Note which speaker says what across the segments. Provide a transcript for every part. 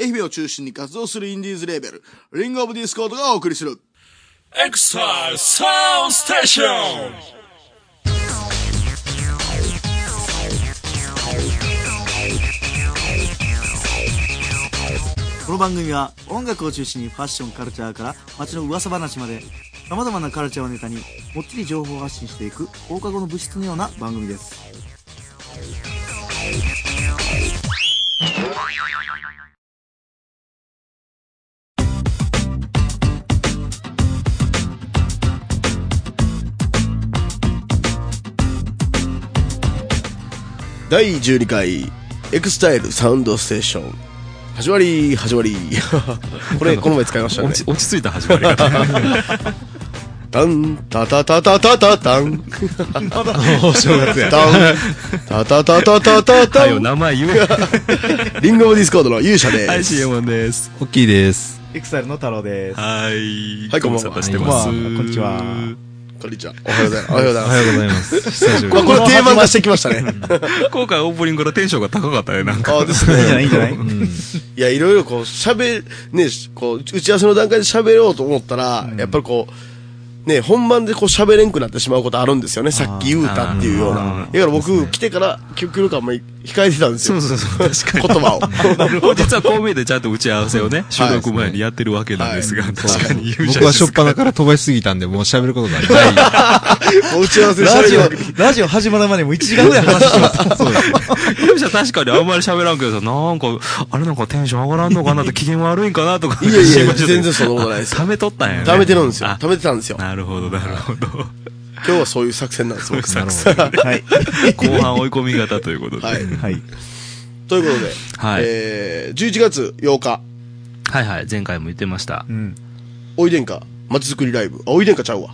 Speaker 1: 愛媛を中心に活動するインディーズレーベル、リングオブディスコードがお送りする。
Speaker 2: Exile Sound Station!
Speaker 3: この番組は音楽を中心にファッションカルチャーから街の噂話まで様々なカルチャーをネタにもっちり情報を発信していく放課後の物質のような番組です
Speaker 1: 第12回、エクスタイルサウンドステーション。始まり、始まり。これ、この前使いましたね
Speaker 4: 落。ち落ち着いた始まり方
Speaker 1: タン、タタタタタタタン。
Speaker 4: お正月や
Speaker 1: タン、タタタタタタタ
Speaker 4: はよ
Speaker 1: ン。
Speaker 4: 名前言え
Speaker 1: リングオブディスコードの勇者で
Speaker 4: はい
Speaker 1: す。
Speaker 4: CM です大きいです
Speaker 5: エクサイルの太郎です。
Speaker 4: はい
Speaker 1: はいこんばんは
Speaker 4: ご無沙汰してます
Speaker 5: こんばんはこんにちは
Speaker 1: こんにちは。おはようございます。おはようござい
Speaker 6: お
Speaker 1: ま
Speaker 6: は
Speaker 1: す。
Speaker 6: ようございます。久しぶ
Speaker 1: まあ、
Speaker 6: り。
Speaker 1: これ定番化してきましたね。
Speaker 4: 今回オープニングからテンションが高かったねなんか
Speaker 1: ああ、ですね。
Speaker 5: いいんじゃないいいんじゃない
Speaker 1: いや、いろいろこう、喋、ね、こう、打ち合わせの段階で喋ろうと思ったら、やっぱりこう、ね、本番でこう喋れんくなってしまうことあるんですよね。さっき言うたっていうような。だから僕、来てから、記憶力あんまり控えてたんです
Speaker 4: そ
Speaker 1: よ
Speaker 4: う。そうそう確か
Speaker 1: 言
Speaker 4: に
Speaker 1: 葉を。
Speaker 4: 実はこう見えてちゃんと打ち合わせをね収録前にやってるわけなんですが
Speaker 1: はい
Speaker 4: 確かに勇者
Speaker 6: 僕はしょっぱな
Speaker 4: か
Speaker 6: から飛ばしすぎたんで、もう喋ることがない。
Speaker 1: もう打ち合わせ
Speaker 5: ラ
Speaker 1: 喋
Speaker 5: ジ
Speaker 1: るわけ
Speaker 5: オ、ラジオ始まるまでも1時間ぐらい話してます。
Speaker 4: 勇者確かにあんまり喋らんけどさなんかあれなんかテンション上がらんのかなと機嫌 悪いんかなとか
Speaker 1: いやい
Speaker 4: 心
Speaker 1: や、
Speaker 4: 配して
Speaker 1: 全然そんなことないですよ
Speaker 4: 溜。めとったんやね
Speaker 1: 貯めてるんですよ。
Speaker 4: あ
Speaker 1: 貯めてたんですよ。
Speaker 4: なるほどなるほど
Speaker 1: 今日はそういう作戦なんです、僕。
Speaker 6: なるほど。
Speaker 5: はい。
Speaker 4: 後半追い込み型ということ で
Speaker 1: はい。
Speaker 5: はい。
Speaker 1: ということで、
Speaker 4: はい
Speaker 1: えー、11月8日、
Speaker 4: はいはい、前回も言ってました
Speaker 5: う。ん。
Speaker 1: おいでんか、まちづくりライブ。あ、おいでんかちゃうわ。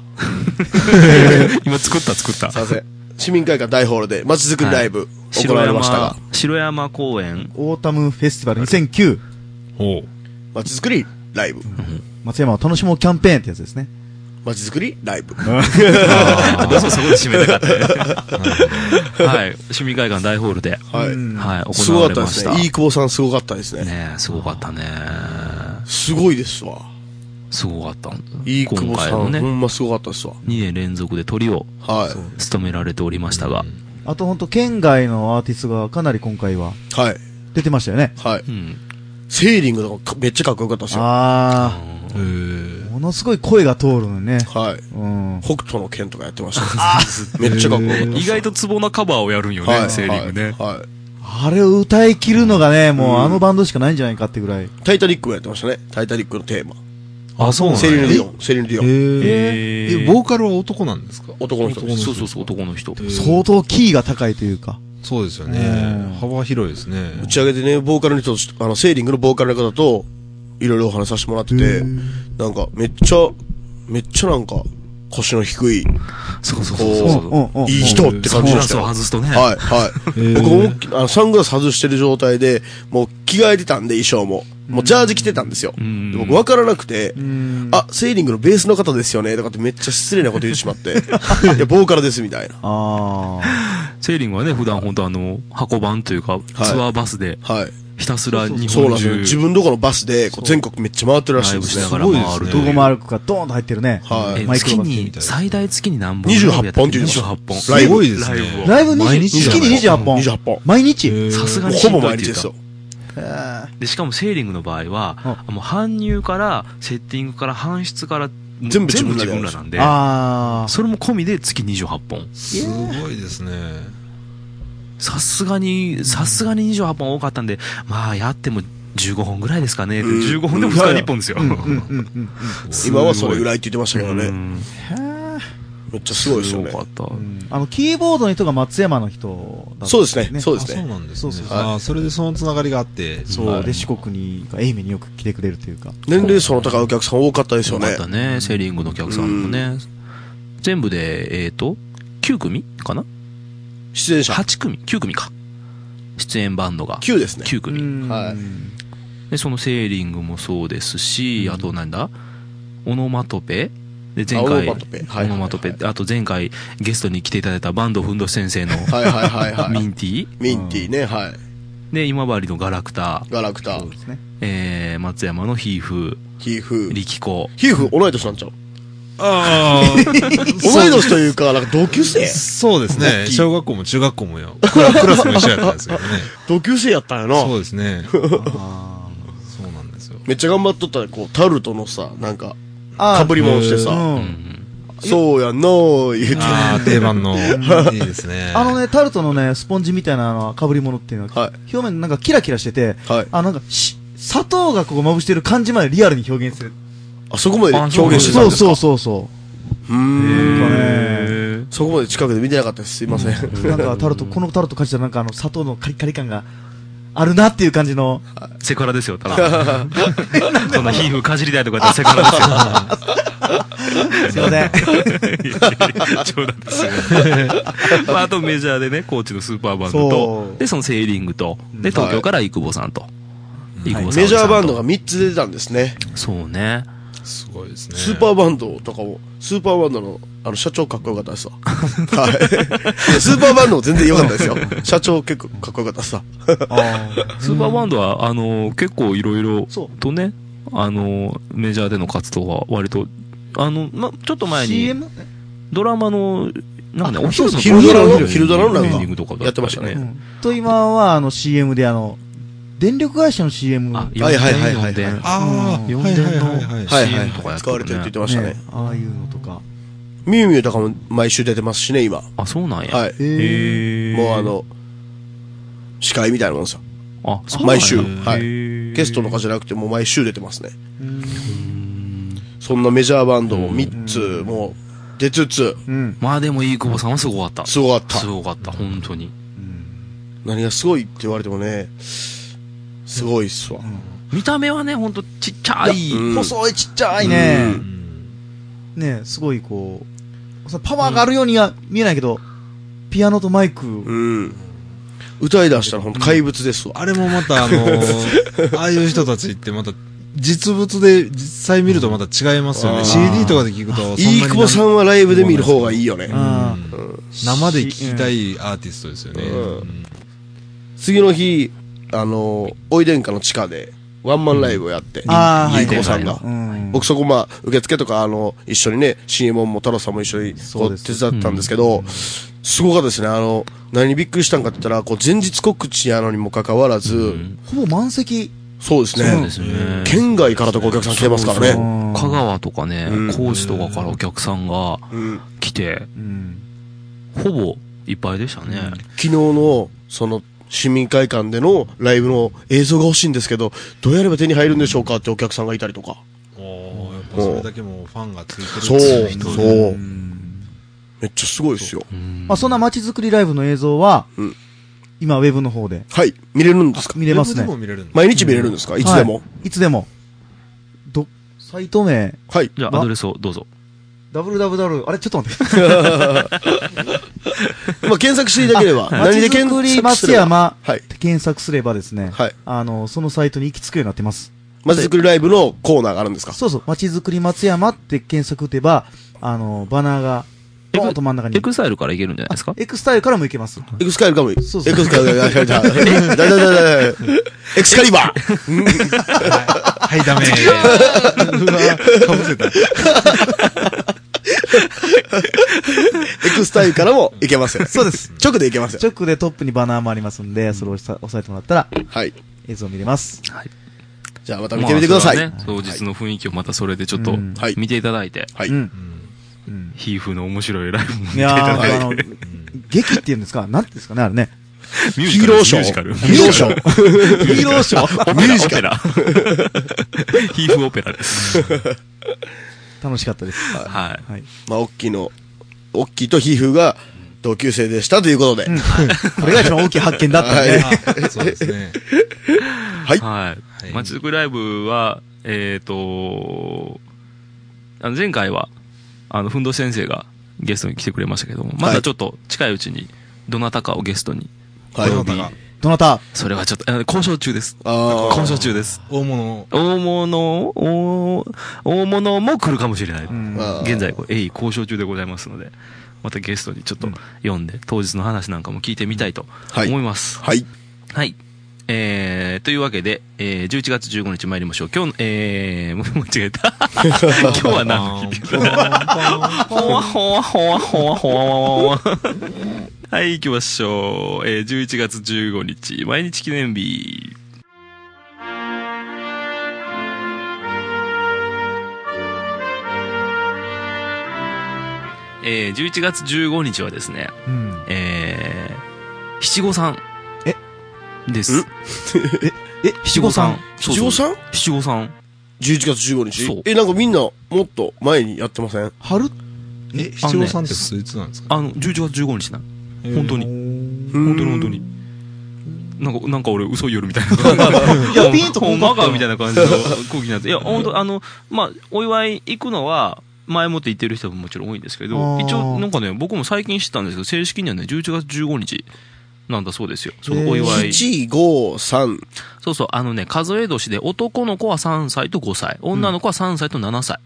Speaker 4: 今作った作った
Speaker 1: すい。ません。 市民会館大ホールで、まちづくりライブ、行
Speaker 4: 城
Speaker 1: われましたが
Speaker 4: 山、、城山公園。
Speaker 5: オータムフェスティバル2009、
Speaker 4: お
Speaker 1: まちづくりライブ。
Speaker 5: 松山を楽しもうキャンペーンってやつですね。
Speaker 1: まちづくりライブ。
Speaker 4: ああ、そうそこで締 めたかった。はい、市民会館大ホールで、は
Speaker 1: はい。
Speaker 4: い、
Speaker 1: す
Speaker 4: 行
Speaker 1: ごか
Speaker 4: わ
Speaker 1: っ
Speaker 4: れ
Speaker 1: た
Speaker 4: ま
Speaker 1: で
Speaker 4: し
Speaker 1: す
Speaker 4: た。
Speaker 1: ね。飯久保さんすごかったですね。
Speaker 4: ねえ、すごかったね。
Speaker 1: すごいですわ。
Speaker 4: すごかった。
Speaker 1: 飯久保
Speaker 4: 今
Speaker 1: さん、
Speaker 4: 回の
Speaker 1: ほ
Speaker 4: ね、
Speaker 1: んますごかったですわ。
Speaker 4: 2年連続でトリを
Speaker 1: はい。
Speaker 4: 務められておりましたが、
Speaker 5: あとほんと県外のアーティストがかなり今回は
Speaker 1: はい。
Speaker 5: 出てましたよね。
Speaker 1: はい。
Speaker 4: うん。
Speaker 1: セーリングとかめっちゃかっこよかったですよ。
Speaker 5: あー。ものすごい声が通るのね。
Speaker 1: はい。
Speaker 5: うん。
Speaker 1: 北斗の剣とかやってました。 めっちゃかっこよかったで
Speaker 4: 意
Speaker 1: す。
Speaker 4: 外とツボなカバーをやるんよ
Speaker 1: は
Speaker 4: ね、
Speaker 1: い
Speaker 4: セーリングね。
Speaker 1: はいはい。
Speaker 5: あれを歌い切るのがね、もうあのバンドしかないんじゃないかってぐらい。
Speaker 1: タイタニックもやってましたね。タイタニックのテーマ。
Speaker 4: あ、そう
Speaker 1: セリーヌ・ディオン。セリーヌ・ディオン。
Speaker 6: えーえ、ボーカルは男なんですか
Speaker 1: 男の人です。
Speaker 4: そうそうそう、男の人。
Speaker 5: 相当キーが高いというか。
Speaker 6: そうですよ
Speaker 5: うん
Speaker 6: ね。幅広いですね。
Speaker 1: 打ち上げでね、ボーカルの人とし、あの、セーリングのボーカルの方と、いろいろお話しさせてもらってて、なんか、めっちゃ、めっちゃなんか、腰の低い、
Speaker 4: そうそうそうそう。
Speaker 1: こ
Speaker 5: うんうん
Speaker 1: う、いい人って感じでしたよ。
Speaker 4: サングラスを外すとね
Speaker 1: はい、はい。僕思いっきりあの、サングラス外してる状態で、もう着替えてたんで、衣装も。もうジャージ着てたんですよ。
Speaker 4: ん
Speaker 1: で僕分からなくて、あ、セーリングのベースの方ですよね、とかってめっちゃ失礼なこと言ってしま って、いや、ボーカルですみたいな。
Speaker 5: あ
Speaker 4: セーリングはね、普段本当あの、箱番というか、ツアーバスで、
Speaker 1: はい。
Speaker 4: ひたすら日
Speaker 1: そうなん
Speaker 4: 本
Speaker 1: ですよ。
Speaker 4: 中、
Speaker 1: 自分どこのバスで、こう全国めっちゃ回ってるらし
Speaker 4: ラ
Speaker 1: い
Speaker 4: イ
Speaker 1: で
Speaker 4: ブ
Speaker 1: す
Speaker 4: し
Speaker 1: ね
Speaker 4: な。がら回る
Speaker 5: ー。
Speaker 4: と
Speaker 5: ど
Speaker 4: い
Speaker 5: こ
Speaker 4: う。
Speaker 5: も歩くからドーンと入ってるね。
Speaker 1: はい。
Speaker 4: え
Speaker 5: マイクロ
Speaker 4: 月
Speaker 5: バッテ
Speaker 4: に、最大月に何本
Speaker 1: 28本って言ってました
Speaker 4: 28本。
Speaker 1: ライブ
Speaker 6: すごいですね
Speaker 4: ライブを
Speaker 5: ライブ
Speaker 6: 毎
Speaker 5: 20、
Speaker 6: 日
Speaker 5: 月に28本。
Speaker 1: 28本
Speaker 5: 毎日
Speaker 4: さすがに
Speaker 1: ほぼ毎日ですよ。。
Speaker 4: で、しかもセーリングの場合は、もう搬入から、セッティングから、搬出から、
Speaker 1: 全部自分ら
Speaker 4: 自
Speaker 1: でやるん
Speaker 4: 分
Speaker 1: で
Speaker 4: ら
Speaker 1: す
Speaker 4: なんで、
Speaker 5: あ
Speaker 4: それも込みで月28本。
Speaker 6: すごいですね。
Speaker 4: さすがに、さすがに28本多かったんで、まあ、やっても15本ぐらいですかね。
Speaker 1: うん
Speaker 4: 15本でも2日1本ですよ。
Speaker 5: あ。うんうん
Speaker 1: 今はそれぐらいって言ってましたけど
Speaker 4: う
Speaker 1: ね。
Speaker 4: ん
Speaker 1: めっちゃすごいですよね
Speaker 4: すご。かった。
Speaker 5: うん。あの、キーボードの人が松山の人だった
Speaker 1: そうですね。そう
Speaker 6: あ
Speaker 1: で
Speaker 6: そ
Speaker 1: す
Speaker 6: う
Speaker 1: ね。
Speaker 6: なんですね
Speaker 5: そう。そう
Speaker 6: あーそれでそのつながりがあって。
Speaker 5: そう。で、四国に、愛媛によく来てくれるというか。
Speaker 1: 年齢層の高いお客さん多かったですよ
Speaker 4: よか
Speaker 1: ね
Speaker 4: っ。たね、セーリングのお客さんもね。全部で、えっ、と、9組かな
Speaker 1: 出演者
Speaker 4: ?8 組 ?9 組か。出演バンドが。
Speaker 1: 9ですね。
Speaker 4: 9組。
Speaker 1: はい
Speaker 4: で、そのセーリングもそうですし、あとなんだオノマトペで、前
Speaker 1: あオノ
Speaker 4: 回、
Speaker 1: マトペはい
Speaker 4: オノマトペ
Speaker 1: はい
Speaker 4: あと前回ゲストに来ていただいたバンドフンド先生の
Speaker 1: はいはいはいは
Speaker 4: ミ
Speaker 1: い。
Speaker 4: ンティ
Speaker 1: ミンティね、はい。
Speaker 4: で、今治のガラクタ、
Speaker 1: ガラクタ
Speaker 5: そ、うですね。
Speaker 4: えー、松山のヒーフ、
Speaker 1: ヒーフ。
Speaker 4: 力子。
Speaker 1: ヒーフ同い年なんちゃう
Speaker 6: あ
Speaker 1: 同い年というか、なんか同級生
Speaker 6: あ、そうです
Speaker 1: 大
Speaker 6: ね。
Speaker 1: きい
Speaker 6: 小学校も中学校もよ。クラクラスも一緒やったんですけどね。
Speaker 1: 同級生やったんやな。
Speaker 6: そうですね。そうなんですよ。
Speaker 1: めっちゃ頑張っとったら、こう、タルトのさ、なんか、
Speaker 5: あ
Speaker 1: かぶり物して
Speaker 5: う
Speaker 1: さ、
Speaker 5: ん。
Speaker 1: そうやんのー、言うて。
Speaker 6: ああ、定番の。いいです ね。
Speaker 5: あのね、タルトのね、スポンジみたいなのは被り物っていうのは、
Speaker 1: はい
Speaker 5: 表面なんかキラキラしてて、
Speaker 1: はい
Speaker 5: あ、なんか、し砂糖がここまぶしてる感じまでリアルに表現する。
Speaker 1: あそこまで
Speaker 4: あ
Speaker 1: 表現してた
Speaker 5: そ
Speaker 1: ん
Speaker 5: う
Speaker 1: ですか
Speaker 5: そうそうそう
Speaker 1: ーん。
Speaker 5: う。なんかね
Speaker 4: へ
Speaker 1: そこまで近くで見てなかったです。すいません。
Speaker 5: なんかタルト、このタルト感じたらなんかあの砂糖のカリカリ感があるなっていう感じの、
Speaker 4: セクハラですよ、ただ。 そんな皮膚かじりたいとか言ったらセクハ
Speaker 5: す いません。
Speaker 4: ラですよ。冗談ですよ。まあ、あとメジャーでね、高知のスーパーバンド
Speaker 5: そ
Speaker 4: と、
Speaker 5: う
Speaker 4: で、そのセーリングと、で、東京から生保さんと。生
Speaker 5: はい
Speaker 4: 保 さん。
Speaker 1: メジャーバンドが3つ出てたんですね。
Speaker 4: そうね。
Speaker 6: すごいですね。
Speaker 1: スーパーバンドとかも、スーパーバンドの、あの、社長かっこよかったですわ。はい。いやスーパーバンドも全然良かったですよ。社長結構かっこよかったさ。
Speaker 4: スーパーバンドは、あの、結構いろいろ
Speaker 5: そう
Speaker 4: とね、あの、メジャーでの活動は割と、あの、ま、ちょっと前に、
Speaker 5: CM?
Speaker 4: ドラマの、なんかね、お
Speaker 1: そう
Speaker 4: 昼
Speaker 1: そう
Speaker 4: の
Speaker 1: 昼ドラの昼
Speaker 4: 昼
Speaker 1: ド
Speaker 4: ド
Speaker 1: ラ
Speaker 4: ラ
Speaker 1: の
Speaker 4: の
Speaker 1: なんか
Speaker 4: エンディングとかだ
Speaker 1: やってましたね
Speaker 5: う。んと今はあの CM であの、電力会社の CM。
Speaker 4: あ、
Speaker 1: はいはいはいはい
Speaker 4: 4点。
Speaker 6: ああ、
Speaker 4: 4
Speaker 6: はい
Speaker 4: 点
Speaker 6: はいはいはい。
Speaker 4: の CM とかやって
Speaker 1: 使
Speaker 4: た
Speaker 1: わ
Speaker 4: も
Speaker 1: れてるっ
Speaker 4: ん
Speaker 1: て言っ
Speaker 4: ね
Speaker 1: てましたね。
Speaker 5: ああいうのとか。
Speaker 1: ミュウミュウとかも毎週出てますしね、今。
Speaker 4: あ、そうなんや。
Speaker 1: はい。
Speaker 5: え
Speaker 4: へー
Speaker 1: もうあ、の、司会みたいなもんさ。
Speaker 4: あ、そうなんや
Speaker 1: 毎週。
Speaker 4: へ
Speaker 1: はい。
Speaker 4: ー
Speaker 1: ゲストとかじゃなくてもう毎週出てますね。そんなメジャーバンドも3つもう出つつ、
Speaker 5: うん。
Speaker 4: まあでも、いい久保さんはすごかった。
Speaker 1: すごかった
Speaker 4: す。ごかった、本当に。
Speaker 1: 何がすごいって言われてもね、すごいっすわ。
Speaker 4: 見た目はね、ほんとちっちゃい。
Speaker 1: うん
Speaker 5: 細いちっちゃいね
Speaker 6: う。ん
Speaker 5: ねすごいこう、そのパワーがあるようには見えないけど、ピアノとマイク、
Speaker 1: うん。歌い出したらほんと怪物ですわ。
Speaker 6: あれもまた、あのー、ああいう人たちってまた、実物で実際見るとまた違いますよ
Speaker 1: あー
Speaker 6: ね。CD とかで聞くと、そんなに
Speaker 1: いい久保さんはライブで見る方がいいよね。
Speaker 5: あー
Speaker 6: 生で聞きたいアーティストですよね。うん
Speaker 1: 次の日、あの、おいでんかの地下で、ワンマンライブをやって、
Speaker 5: あー
Speaker 1: いい子さんが
Speaker 5: はいはいはいうん。
Speaker 1: 僕そこまあ、受付とか、あの、一緒にね、CM も太郎さんも一緒にこ
Speaker 5: そう
Speaker 1: う
Speaker 5: で
Speaker 1: 手
Speaker 5: す
Speaker 1: 伝ったんですけど、すごかったですね。あの、何にびっくりしたんかって言ったら、こう、前日告知やのにもかかわらず、
Speaker 5: ほぼ満席。
Speaker 1: そうです
Speaker 5: そう
Speaker 1: ね
Speaker 4: で。すよね。
Speaker 1: 県外からとかお客さん来てますから
Speaker 4: そう
Speaker 1: ね。
Speaker 4: そう香川とかね
Speaker 1: うん、
Speaker 4: 高知とかからお客さんが
Speaker 1: うん
Speaker 4: 来て、
Speaker 5: うん。
Speaker 4: ほぼいっぱいでしたね。
Speaker 1: 昨日の、その、市民会館でのライブの映像が欲しいんですけど、どうやれば手に入るんでしょうかってお客さんがいたりとか。
Speaker 6: おーやっぱそれだけもうファンがついて
Speaker 1: そ
Speaker 6: る
Speaker 1: う、
Speaker 6: って
Speaker 1: そ
Speaker 6: いう人。
Speaker 1: めっちゃすごいですよ。
Speaker 5: まあそんな街づくりライブの映像は
Speaker 1: うん、
Speaker 5: 今ウェブの方で
Speaker 1: はい、見れるんですか
Speaker 5: 見れます
Speaker 6: ウェブで
Speaker 5: ね
Speaker 6: も。見れるの
Speaker 1: 毎日見れるんですかいつでも
Speaker 5: は。い。いつでも。ど、サイト名、
Speaker 1: はい。
Speaker 4: じゃあ、アドレスをどうぞ。
Speaker 5: www、あれちょっと待って。
Speaker 1: まあ、検索していただければ。何
Speaker 5: 街
Speaker 1: で
Speaker 5: づく
Speaker 1: 検
Speaker 5: り
Speaker 1: 索す
Speaker 5: 松
Speaker 1: れば
Speaker 5: 山
Speaker 1: は
Speaker 5: っ
Speaker 1: い
Speaker 5: て検索すればですね、
Speaker 1: はい
Speaker 5: あの、そのサイトに行き着くようになってます。
Speaker 1: まちづくりライブのコーナーがあるんですか
Speaker 5: そうそう、街づくり松山って検索打てば、あの、バナーが、ボーンと真ん中に
Speaker 4: エ。クスタイルからいけるんじゃないですか
Speaker 5: エクスタイルからも行けます。
Speaker 1: エクスカイルかもいい。エク
Speaker 5: そう
Speaker 1: ス
Speaker 5: そう
Speaker 1: カイルかもいい。だだだだだだエクスカリバー
Speaker 6: はい、ダメ ー。うわかぶせた。
Speaker 1: エクスタイルからもいけますよ。そうです。直でいけますよ。
Speaker 5: 直でトップにバナーもありますんで、それを押さ押さえてもらったら、
Speaker 1: はい。
Speaker 5: 映像見れます。
Speaker 1: じゃあまた見てみてください。
Speaker 4: まあそれはね当日の雰囲気をまたそれでちょっと
Speaker 5: うん
Speaker 1: はい
Speaker 4: 見ていただいて、
Speaker 1: はい。
Speaker 5: うん。
Speaker 4: ヒーフの面白いライブも見て
Speaker 5: い
Speaker 4: いた
Speaker 5: や
Speaker 4: だいて、
Speaker 5: ー、あの、劇っていうんですかなんていうんですかね、あれね。
Speaker 4: ミュー
Speaker 1: ヒ
Speaker 4: ジカ
Speaker 1: ー
Speaker 4: ル
Speaker 1: ロー
Speaker 4: です
Speaker 1: シ
Speaker 4: ミ
Speaker 1: ョ
Speaker 4: ュージカル。
Speaker 1: ー。ヒーローショー。
Speaker 4: ヒーローショーミュージ カル。ヒーフオペラです。
Speaker 5: 楽しかったです。
Speaker 4: はい。
Speaker 5: はい。
Speaker 1: まあ、オッキーの、オッキーとヒーフが同級生でしたということで。
Speaker 5: これが一番大きい発見だったんで。
Speaker 6: そうですね。
Speaker 4: はい。
Speaker 6: い
Speaker 4: 街づくりライブは、えっ、と、あの前回は、あの、ふんどし先生がゲストに来てくれましたけども、まだちょっと近いうちに、どなたかをゲストに、
Speaker 1: はい。
Speaker 6: どなたが
Speaker 5: どなた
Speaker 4: それはちょっと、あの交渉中です。
Speaker 1: あー
Speaker 4: 交渉中です。
Speaker 6: 大物
Speaker 4: 大物、大大物も来るかもしれない。
Speaker 1: あー
Speaker 4: 現在、こう鋭意交渉中でございますので、またゲストにちょっと読んで、当日の話なんかも聞いてみたいと
Speaker 1: はい
Speaker 4: 思います。
Speaker 1: はい。
Speaker 4: はい。えー、というわけで、えー、11月15日参りましょう。今日の、えー、もう間違えた。今日は何の日ほわほわほわほわほわほわほわ。はい、行きましょう。えー、11月15日、毎日記念日。えー、11月15日はですね、
Speaker 5: うん。
Speaker 4: えー、七五三。
Speaker 5: え
Speaker 4: です。
Speaker 5: え、
Speaker 4: 七五三。そう
Speaker 1: 七
Speaker 4: そう
Speaker 1: 五三
Speaker 4: 七五三。
Speaker 1: 11月15
Speaker 4: そう
Speaker 1: 日え、なんかみんなもっと前にやってません
Speaker 5: 春
Speaker 6: え、七五三ってスイーツなんですか
Speaker 4: あの、11月15日な。本当に。
Speaker 1: 本
Speaker 4: 本当に本当に。なんか、なんか俺、嘘言うみたいな感じ。
Speaker 5: いやピンとこ
Speaker 4: ほ
Speaker 5: ん
Speaker 4: ん
Speaker 5: かった
Speaker 4: まかみたいな感じの空気になって。いや、本当あの、まあ、お祝い行くのは、前もって行ってる人ももちろん多いんですけ
Speaker 5: あ
Speaker 4: ど、
Speaker 5: ー
Speaker 4: 一応、なんかね、僕も最近知ったんですけど、正式にはね、11月15日なんだそうですよ。そのお祝い。
Speaker 1: 1、5、3。
Speaker 4: そうそう、あのね、数え年で男の子は3歳と5歳、女の子は3歳と7歳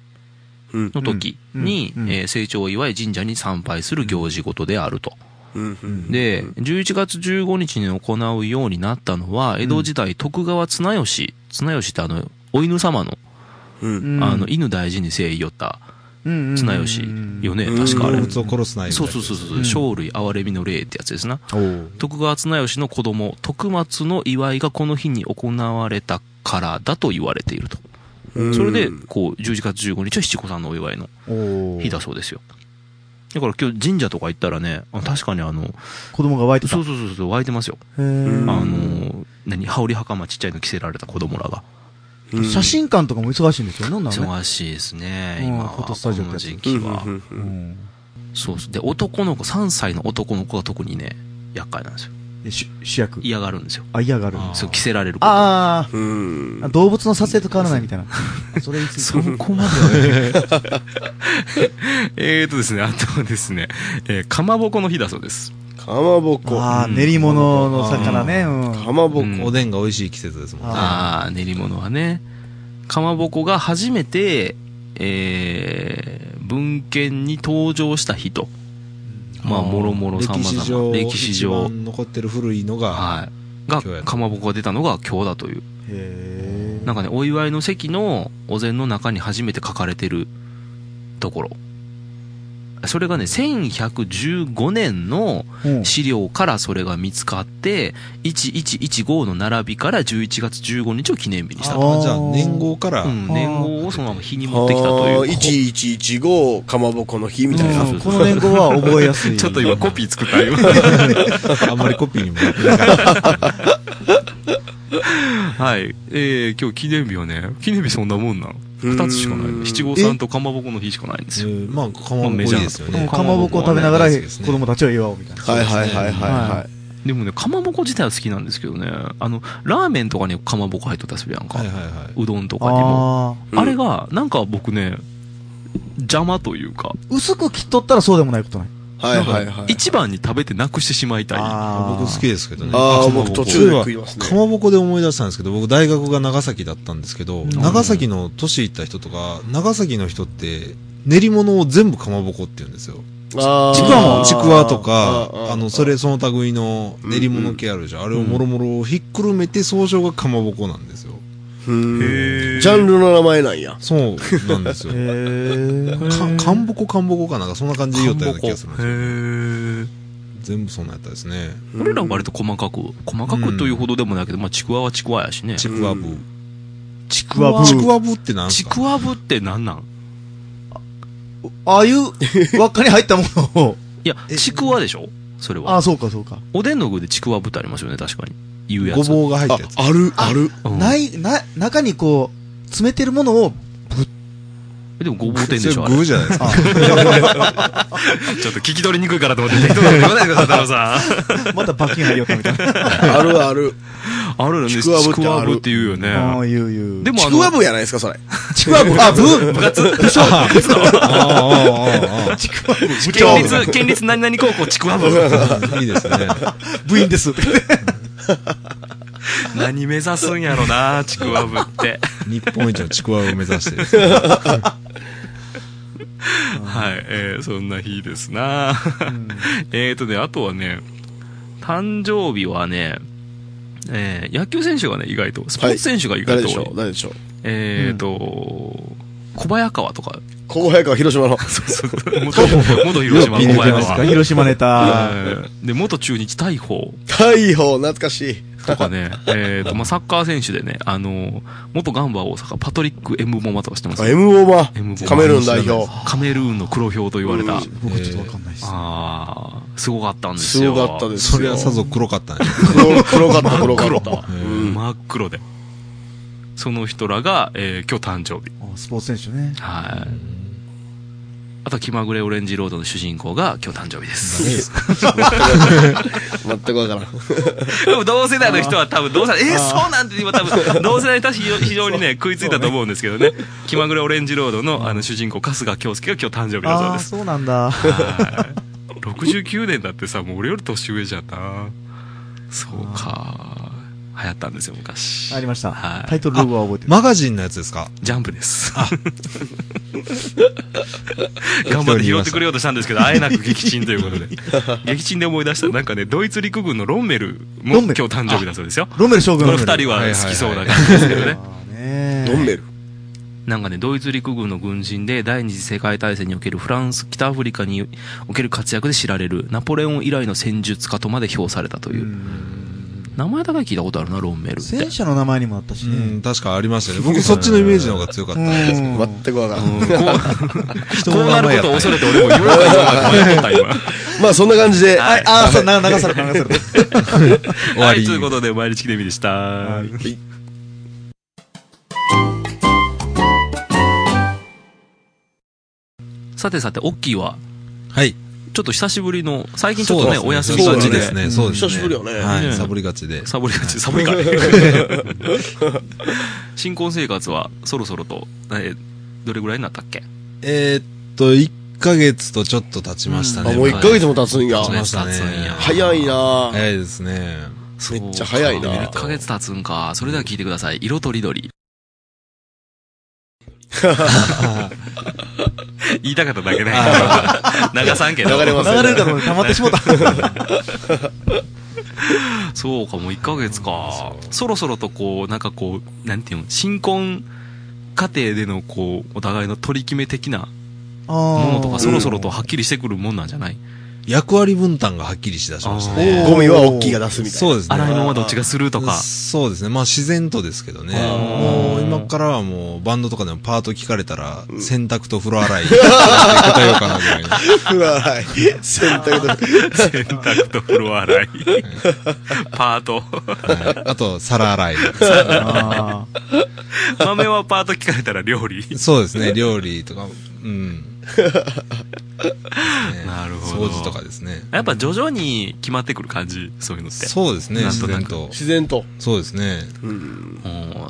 Speaker 1: うん
Speaker 4: の時に、
Speaker 5: うんうん
Speaker 4: えー成長を祝い神社に参拝する行事事であると。
Speaker 1: うんうん。
Speaker 4: で、11月15日に行うようになったのは、江戸時代徳川綱吉、綱吉ってあの、お犬様の、
Speaker 1: うん。
Speaker 4: あの、犬大事に征夷寄った
Speaker 5: うん
Speaker 4: 綱吉よね、
Speaker 1: うん
Speaker 4: 確かあ
Speaker 6: 動
Speaker 4: れ。
Speaker 6: 物を殺すなよ。
Speaker 4: そうそうそうそう、
Speaker 5: ん
Speaker 4: 生類憐れみの霊ってやつですな。
Speaker 6: う。お
Speaker 4: 徳川綱吉の子供徳松の祝いがこの日に行われたからだと言われていると
Speaker 1: うん
Speaker 4: それでこう11月15日は七五三のお祝いの
Speaker 5: お
Speaker 4: 日だそうですよだから今日神社とか行ったらねあ確かにあの
Speaker 5: 子供が湧いてた。
Speaker 4: そう
Speaker 5: へ
Speaker 4: そうそうそう湧いてますよあ
Speaker 5: ー
Speaker 4: のー何羽織袴ちっちゃいの着せられた子供らが
Speaker 1: うん
Speaker 5: 写真館とかも忙しいんですよね、なんだろうね
Speaker 4: 忙しいですね
Speaker 5: うん
Speaker 4: 今
Speaker 5: フォ
Speaker 4: は
Speaker 5: トス
Speaker 4: こ
Speaker 5: タジオって
Speaker 4: の
Speaker 5: やつ
Speaker 4: 時期は
Speaker 1: うんうんうん
Speaker 4: そうそうで男の子3歳の男の子が特にね厄介なんですよ
Speaker 5: でし主役。
Speaker 4: 嫌がるんですよ
Speaker 5: あ、嫌がる。
Speaker 6: あー
Speaker 4: そう着せられること
Speaker 5: あ
Speaker 1: う
Speaker 5: あ、
Speaker 1: ん。
Speaker 5: 動物の撮影と変わらないみたいな。それ言い過 ぎ
Speaker 4: そこまで えーとですね、あとはですね、えーかまぼこの日だそうです。
Speaker 1: かまぼこ。
Speaker 5: ああ、練り物の魚ね。うん。
Speaker 1: かまぼこ。
Speaker 4: うん
Speaker 6: おでんが美味しい季節ですもんね。
Speaker 4: ああ、練り物はね。かまぼこが初めて、えー、文献に登場した日と。まあ、もろもろ様
Speaker 6: 歴史上、
Speaker 4: 々。歴史上
Speaker 6: 一。番残ってる古いのが、
Speaker 4: はい。が
Speaker 6: 今日や、と
Speaker 4: かまぼこが出たのが今日だという。
Speaker 5: へ
Speaker 4: なんかね、お祝いの席のお膳の中に初めて書かれてるところ。それがね、1115年の
Speaker 5: え。うん
Speaker 4: 資料からそれが見つかって、1115の並びから11月15日を記念日にしたと。
Speaker 6: あじゃあ年号から、
Speaker 4: うん、年号をそのまま日に持
Speaker 1: は
Speaker 4: ってきたという。
Speaker 1: 1115かまぼこの日みたいな。
Speaker 5: うんこの年号は覚えやすい。
Speaker 4: ちょっと今コピー作ったよ。
Speaker 6: あんまりコピーにもなってなかった。
Speaker 4: はい。えー、今日記念日はね、記念日そんなもんなの。二つしかないの。七五三とかまぼこの日しかないんですよ。
Speaker 6: うんまあ、かまぼこいいですよ
Speaker 5: もう
Speaker 6: ね。
Speaker 5: かまぼこを食べながら
Speaker 6: かまぼこはね大好きです
Speaker 5: 子
Speaker 6: ね
Speaker 5: 供たちを祝おうみたいな。
Speaker 1: はいはいはいはい
Speaker 5: は
Speaker 1: は
Speaker 4: でもね、かまぼこ自体は好きなんですけどね、あの、ラーメンとかにかまぼこ入っとったりするやんか。
Speaker 6: はいはいは
Speaker 4: うどんとかにも。
Speaker 5: ああ。
Speaker 1: うん
Speaker 4: あれが、なんか僕ね、邪魔というか、
Speaker 5: 薄く切っとったらそうでもないことない。
Speaker 1: い。はいはいはい。
Speaker 4: 一番に食べてなくしてしまいたい。
Speaker 5: あ
Speaker 6: い。僕好きですけどね。
Speaker 1: ああ、僕途中で
Speaker 6: は
Speaker 1: 食いますね
Speaker 6: か。まぼこで思い出したんですけど、僕大学が長崎だったんですけど、長崎の都市行った人とか、長崎の人って、練り物を全部かまぼこって言うんですよ。
Speaker 1: あー
Speaker 6: ちくわも、ちくわとか
Speaker 1: あ、ーあー
Speaker 6: あの、それ、その類の練り物系あるじゃん。あれをもろもろひっくるめて総称がかまぼこなんですよ。
Speaker 1: うんジャンルの名前なんや。
Speaker 6: そうなんです よ。
Speaker 5: へえ。
Speaker 6: か、かんぼこかんぼこかなんかそんな感じで言ったような気がするんですよ。
Speaker 4: へ
Speaker 6: 全部そんなんやったですね。
Speaker 4: え。俺らは割と細かく、細かくというほどでもないけど、まあ、ちくわはちくわやしね。
Speaker 6: ちくわぶ。
Speaker 4: ち
Speaker 5: くわぶ
Speaker 6: ちくわぶってなんす
Speaker 4: ち
Speaker 6: か
Speaker 4: くわぶってなんなん
Speaker 5: ああいう輪っかに入ったもの を。
Speaker 4: いや、ちくわでしょそれ
Speaker 5: あ
Speaker 4: は
Speaker 5: あ、。そうかそうか。
Speaker 4: おでんの具でちくわぶってありますよね、確かに。言うや
Speaker 6: ご
Speaker 4: つ。
Speaker 6: ぼうが入ったやつ。
Speaker 1: ある、ある。
Speaker 4: うん
Speaker 5: ない、な、中にこう、詰めてるものを、
Speaker 4: でもごぼうてん
Speaker 6: そ
Speaker 4: で
Speaker 6: れ
Speaker 4: しょ、あれ
Speaker 6: 具。じゃな いですか。
Speaker 4: ちょっと聞き取りにくいからと思って、適当なこと言わないでください、太郎さん。
Speaker 5: また罰金入りよったみた いな。
Speaker 1: あるある。
Speaker 4: あるよね、
Speaker 1: ち
Speaker 4: ち
Speaker 1: くわぶ
Speaker 4: く
Speaker 1: ってある
Speaker 4: わぶって言うよ
Speaker 5: ああ、
Speaker 4: ね。
Speaker 5: いういう。
Speaker 4: でも
Speaker 1: ち
Speaker 4: あ
Speaker 1: くわ
Speaker 4: の、
Speaker 1: ぶやないですか、それ。
Speaker 5: ちくわぶ、あ、 ぶ、部活ち
Speaker 6: あ
Speaker 5: くわぶ、部
Speaker 4: 県立、県立何々高校ちくわぶ。
Speaker 6: あ、ああ、いいですね。
Speaker 5: 部員 です。
Speaker 4: 何目指すんやろな、ちくわぶって。
Speaker 6: 日本一のちくわを目指してですね。
Speaker 4: はい、えー、そんな日ですな。えーとね、あとはね、誕生日はね、えー野球選手がね、意外と、スポ
Speaker 1: は
Speaker 4: ー
Speaker 1: い
Speaker 4: ツ選手が意
Speaker 1: 誰で
Speaker 4: 外と
Speaker 1: しょ
Speaker 4: 多い。
Speaker 1: う誰でしょう
Speaker 4: えっ、ー、と、小早川と か、
Speaker 1: 小早川広島の。
Speaker 4: そうそう元元広島、
Speaker 5: ピ
Speaker 4: 小
Speaker 5: ンでき
Speaker 4: 早
Speaker 5: ますか
Speaker 4: 川。
Speaker 5: 広島ネタ。
Speaker 4: うんで、元中日大砲
Speaker 1: 太陽、懐かしい。
Speaker 4: とかね、えっと、まあ、サッカー選手でね、あの、元ガンバ大阪、パトリック・エム・ボマとかしてます
Speaker 1: あ、M オーバ
Speaker 4: M ボ
Speaker 1: ー。
Speaker 4: マ
Speaker 1: カメルーン代表。
Speaker 4: カメルーンの黒豹と言われた。
Speaker 5: 僕ちょっとわかんないです。
Speaker 4: ああ、すごかったんです
Speaker 1: す
Speaker 4: よ。。
Speaker 1: ごかったですすよ。
Speaker 6: それはさぞ黒かったね。
Speaker 1: 黒黒かった、黒かった。うん
Speaker 4: 真っ黒で。その人らが、えー今日誕生日。
Speaker 5: あスポーツ選手ね。
Speaker 4: はい。あと、気まぐれオレンジロードの主人公が今日誕生日です。
Speaker 1: 全くわからん。
Speaker 4: でも同世代の人は多分、同世代、えーそうなんて今多分、 同世代の人は非常非常にね、食いついたと思うんですけどね。気まぐれオレンジロードのあの主人公、春日京介が今日誕生日だそう
Speaker 5: ああー、
Speaker 4: です。
Speaker 5: そうな んだ。
Speaker 4: はい69年だってさもう俺より年上じゃんなそうか流行ったんですよ昔
Speaker 5: ありました。
Speaker 4: はい
Speaker 5: タイトルロゴは覚えてる。
Speaker 6: マガジンのやつですか
Speaker 4: ジャンプです 頑張って拾ってくれようとしたんですけどあえなく撃沈ということで撃沈で思い出したなんかねドイツ陸軍のロンメルも
Speaker 5: ロン
Speaker 4: 今
Speaker 5: メ
Speaker 4: 日
Speaker 5: ル
Speaker 4: 誕生日だそうですよ
Speaker 5: ロメル将
Speaker 4: こ
Speaker 5: 軍
Speaker 4: の二人は好きそうな感じですけどね
Speaker 5: あーね
Speaker 1: ドンベル。
Speaker 4: なんかね、ドイツ陸軍の軍人で第二次世界大戦におけるフランス、北アフリカにおける活躍で知られるナポレオン以来の戦術家とまで評されたという。名前だけは聞いたことあるな、ロンメルって
Speaker 5: 戦。車の名前にもあったし
Speaker 6: う
Speaker 5: ね
Speaker 6: ん、。確かありましたね。僕そっちのイメージの方が強かっ
Speaker 5: う
Speaker 6: た。
Speaker 5: ん
Speaker 1: 全くわからん。
Speaker 4: うんこうこうなることを恐れて俺も言われたような
Speaker 1: まあ、そんな感じで。
Speaker 5: はい、ああ、そう、な流された、流 された。
Speaker 4: 今。はい、ということで、毎日記念日でした。
Speaker 1: はい
Speaker 4: さてさて、オッキーは、
Speaker 6: はい。
Speaker 4: ちょっと久しぶりの、最近ちょっとね、お休み
Speaker 1: そ
Speaker 4: が
Speaker 1: うだ
Speaker 4: ち
Speaker 1: ね
Speaker 4: で
Speaker 6: です、ね。そうですね。
Speaker 1: 久しぶりよね
Speaker 6: は
Speaker 4: ね
Speaker 6: い。サボりがちで。
Speaker 4: サボりがち、サボりかね。新婚生活はそろそろと、えーどれぐらいになったっけ
Speaker 6: えーっと、1ヶ月とちょっと経ちまし た
Speaker 1: あ、
Speaker 6: ね。
Speaker 1: もう1ヶ月も経つんや
Speaker 6: 経。ちました
Speaker 4: 経つんや
Speaker 6: ね。
Speaker 1: 早いな
Speaker 6: 早いですね。
Speaker 1: めっちゃ早いな
Speaker 4: 1ヶ月経つんか。それでは聞いてください。色とりどり。言いたかっただけね。 流さんけど。
Speaker 1: 流れます
Speaker 5: 流れるかと思って溜まって しもうた。
Speaker 4: そうか、もう1ヶ月か。そろそろとこう、なんかこう、なんていうの、新婚家庭でのこう、お互いの取り決め的なものとか、そろそろとはっきりしてくるもんなんじゃない
Speaker 6: 役割分担がはっきりしだしましたね。
Speaker 1: ゴミは大きいが出すみたいな。
Speaker 6: そうですね。
Speaker 4: 洗い物はどっちがするとか。
Speaker 6: そうですね。まあ自然とですけどね。もう今からはもうバンドとかでもパート聞かれたら、洗濯と風 呂洗い。答えようかなぐらいの。
Speaker 1: うわ はい。洗濯と。
Speaker 4: 洗濯と風呂 洗い。パート。
Speaker 6: はいあと、皿洗い。
Speaker 5: あ
Speaker 4: 豆はパート聞かれたら料理。
Speaker 6: そうですね。料理とか、 うん。
Speaker 4: なるほど
Speaker 6: 掃除とかですね。
Speaker 4: やっぱ徐々に決まってくる感じ、そういうのって。
Speaker 6: そうですね、
Speaker 4: なんと
Speaker 6: 自
Speaker 4: なく
Speaker 6: 然と。
Speaker 1: 自然と。
Speaker 6: そうですね。
Speaker 4: うん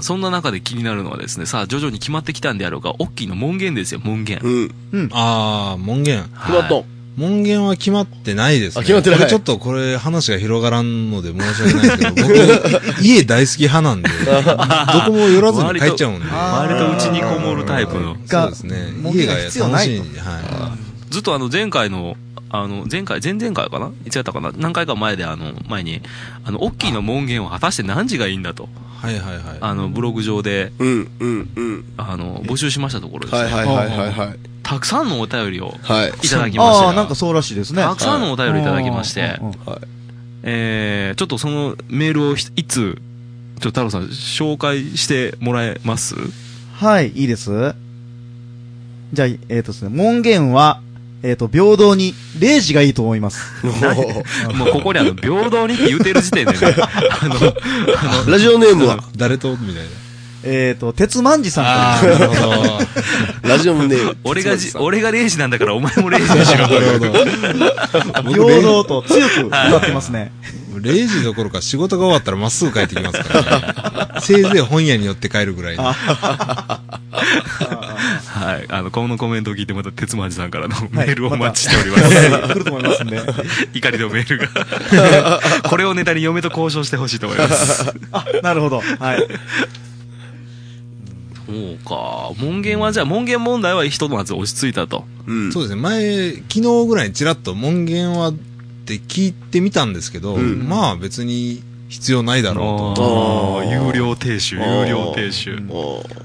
Speaker 4: そんな中で気になるのはですね、さあ徐々に決まってきたんであろうが、大きいの門限ですよ、門限。
Speaker 1: うん。
Speaker 6: あー、門限。
Speaker 1: 決まっと
Speaker 4: はい
Speaker 1: ん。
Speaker 6: 門限は決まってないですね。
Speaker 1: あ決まってない
Speaker 6: これちょっとこれ話が広がらんので申し訳ないですけ ど、僕、家大好き派なんで、どこも寄らずに帰っちゃうんで。
Speaker 5: あ
Speaker 4: 割とうちにこもるタイプの。
Speaker 6: そうですね。
Speaker 5: が
Speaker 6: 家
Speaker 5: 門限
Speaker 6: が
Speaker 5: が必要な
Speaker 6: 楽
Speaker 5: い
Speaker 6: し
Speaker 5: と
Speaker 6: い。は
Speaker 4: ずっとあの前回の、あの前回、前々回かないつやったかな何回か前であの、前に、あの、大きいの門限を果たして何時がいいんだと、
Speaker 6: い。はいはいはい。
Speaker 4: あの、ブログ上で、
Speaker 1: うん、うん、うん。
Speaker 4: あの、募集しましたところですね。
Speaker 1: はいはいはいはいはい。
Speaker 4: たくさんのお便りを
Speaker 1: はい。
Speaker 4: いただきました
Speaker 5: あ
Speaker 4: よ
Speaker 5: ー、なんかそうらしいですね。
Speaker 4: たくさんのお便りいただきまして、
Speaker 5: うんうんうん
Speaker 4: えー、ちょっとそのメールをひいつ、ちょっと太郎さん、紹介してもらえます
Speaker 5: はい、いいです。じゃあ、えっ、とですね、門限は、えっ、と、平等に、0時がいいと思 います。
Speaker 4: もうここにあの、平等にって言うてる時点でね、 あの、
Speaker 1: ラジオネームは
Speaker 6: あ、誰とみたいな。
Speaker 5: えっ、と、鉄万治さんか
Speaker 4: あ
Speaker 5: ら
Speaker 4: ー
Speaker 6: なるほ ど。
Speaker 1: ラジオネ ーム。
Speaker 4: 俺がじ、俺が0時なんだからお前も0時にしろ。
Speaker 5: 平等と強く歌ってます ね。
Speaker 6: 0時どころか仕事が終わったらまっすぐ帰ってきますからね。せいぜい本屋に寄って帰るぐらいの。
Speaker 4: はい。あの、このコメントを聞いてまた、鉄まじさんからのメ
Speaker 5: はい
Speaker 4: ールをお待ちしております。
Speaker 5: た来ると思いますんで。
Speaker 4: 怒りのメールが。 これをネタに嫁と交渉してほしいと思います。
Speaker 5: あ、なるほど。はい。
Speaker 4: そうか。門限はじゃあ、門限問題はひとまず落ち着いたと。
Speaker 1: うん。
Speaker 6: そうですね。前、昨日ぐらいにちらっと門限はって聞いてみたんですけど、まあ別に、必要ないだろう
Speaker 1: あ
Speaker 6: と。
Speaker 1: あ
Speaker 4: 有料亭主、有料亭主。
Speaker 1: おー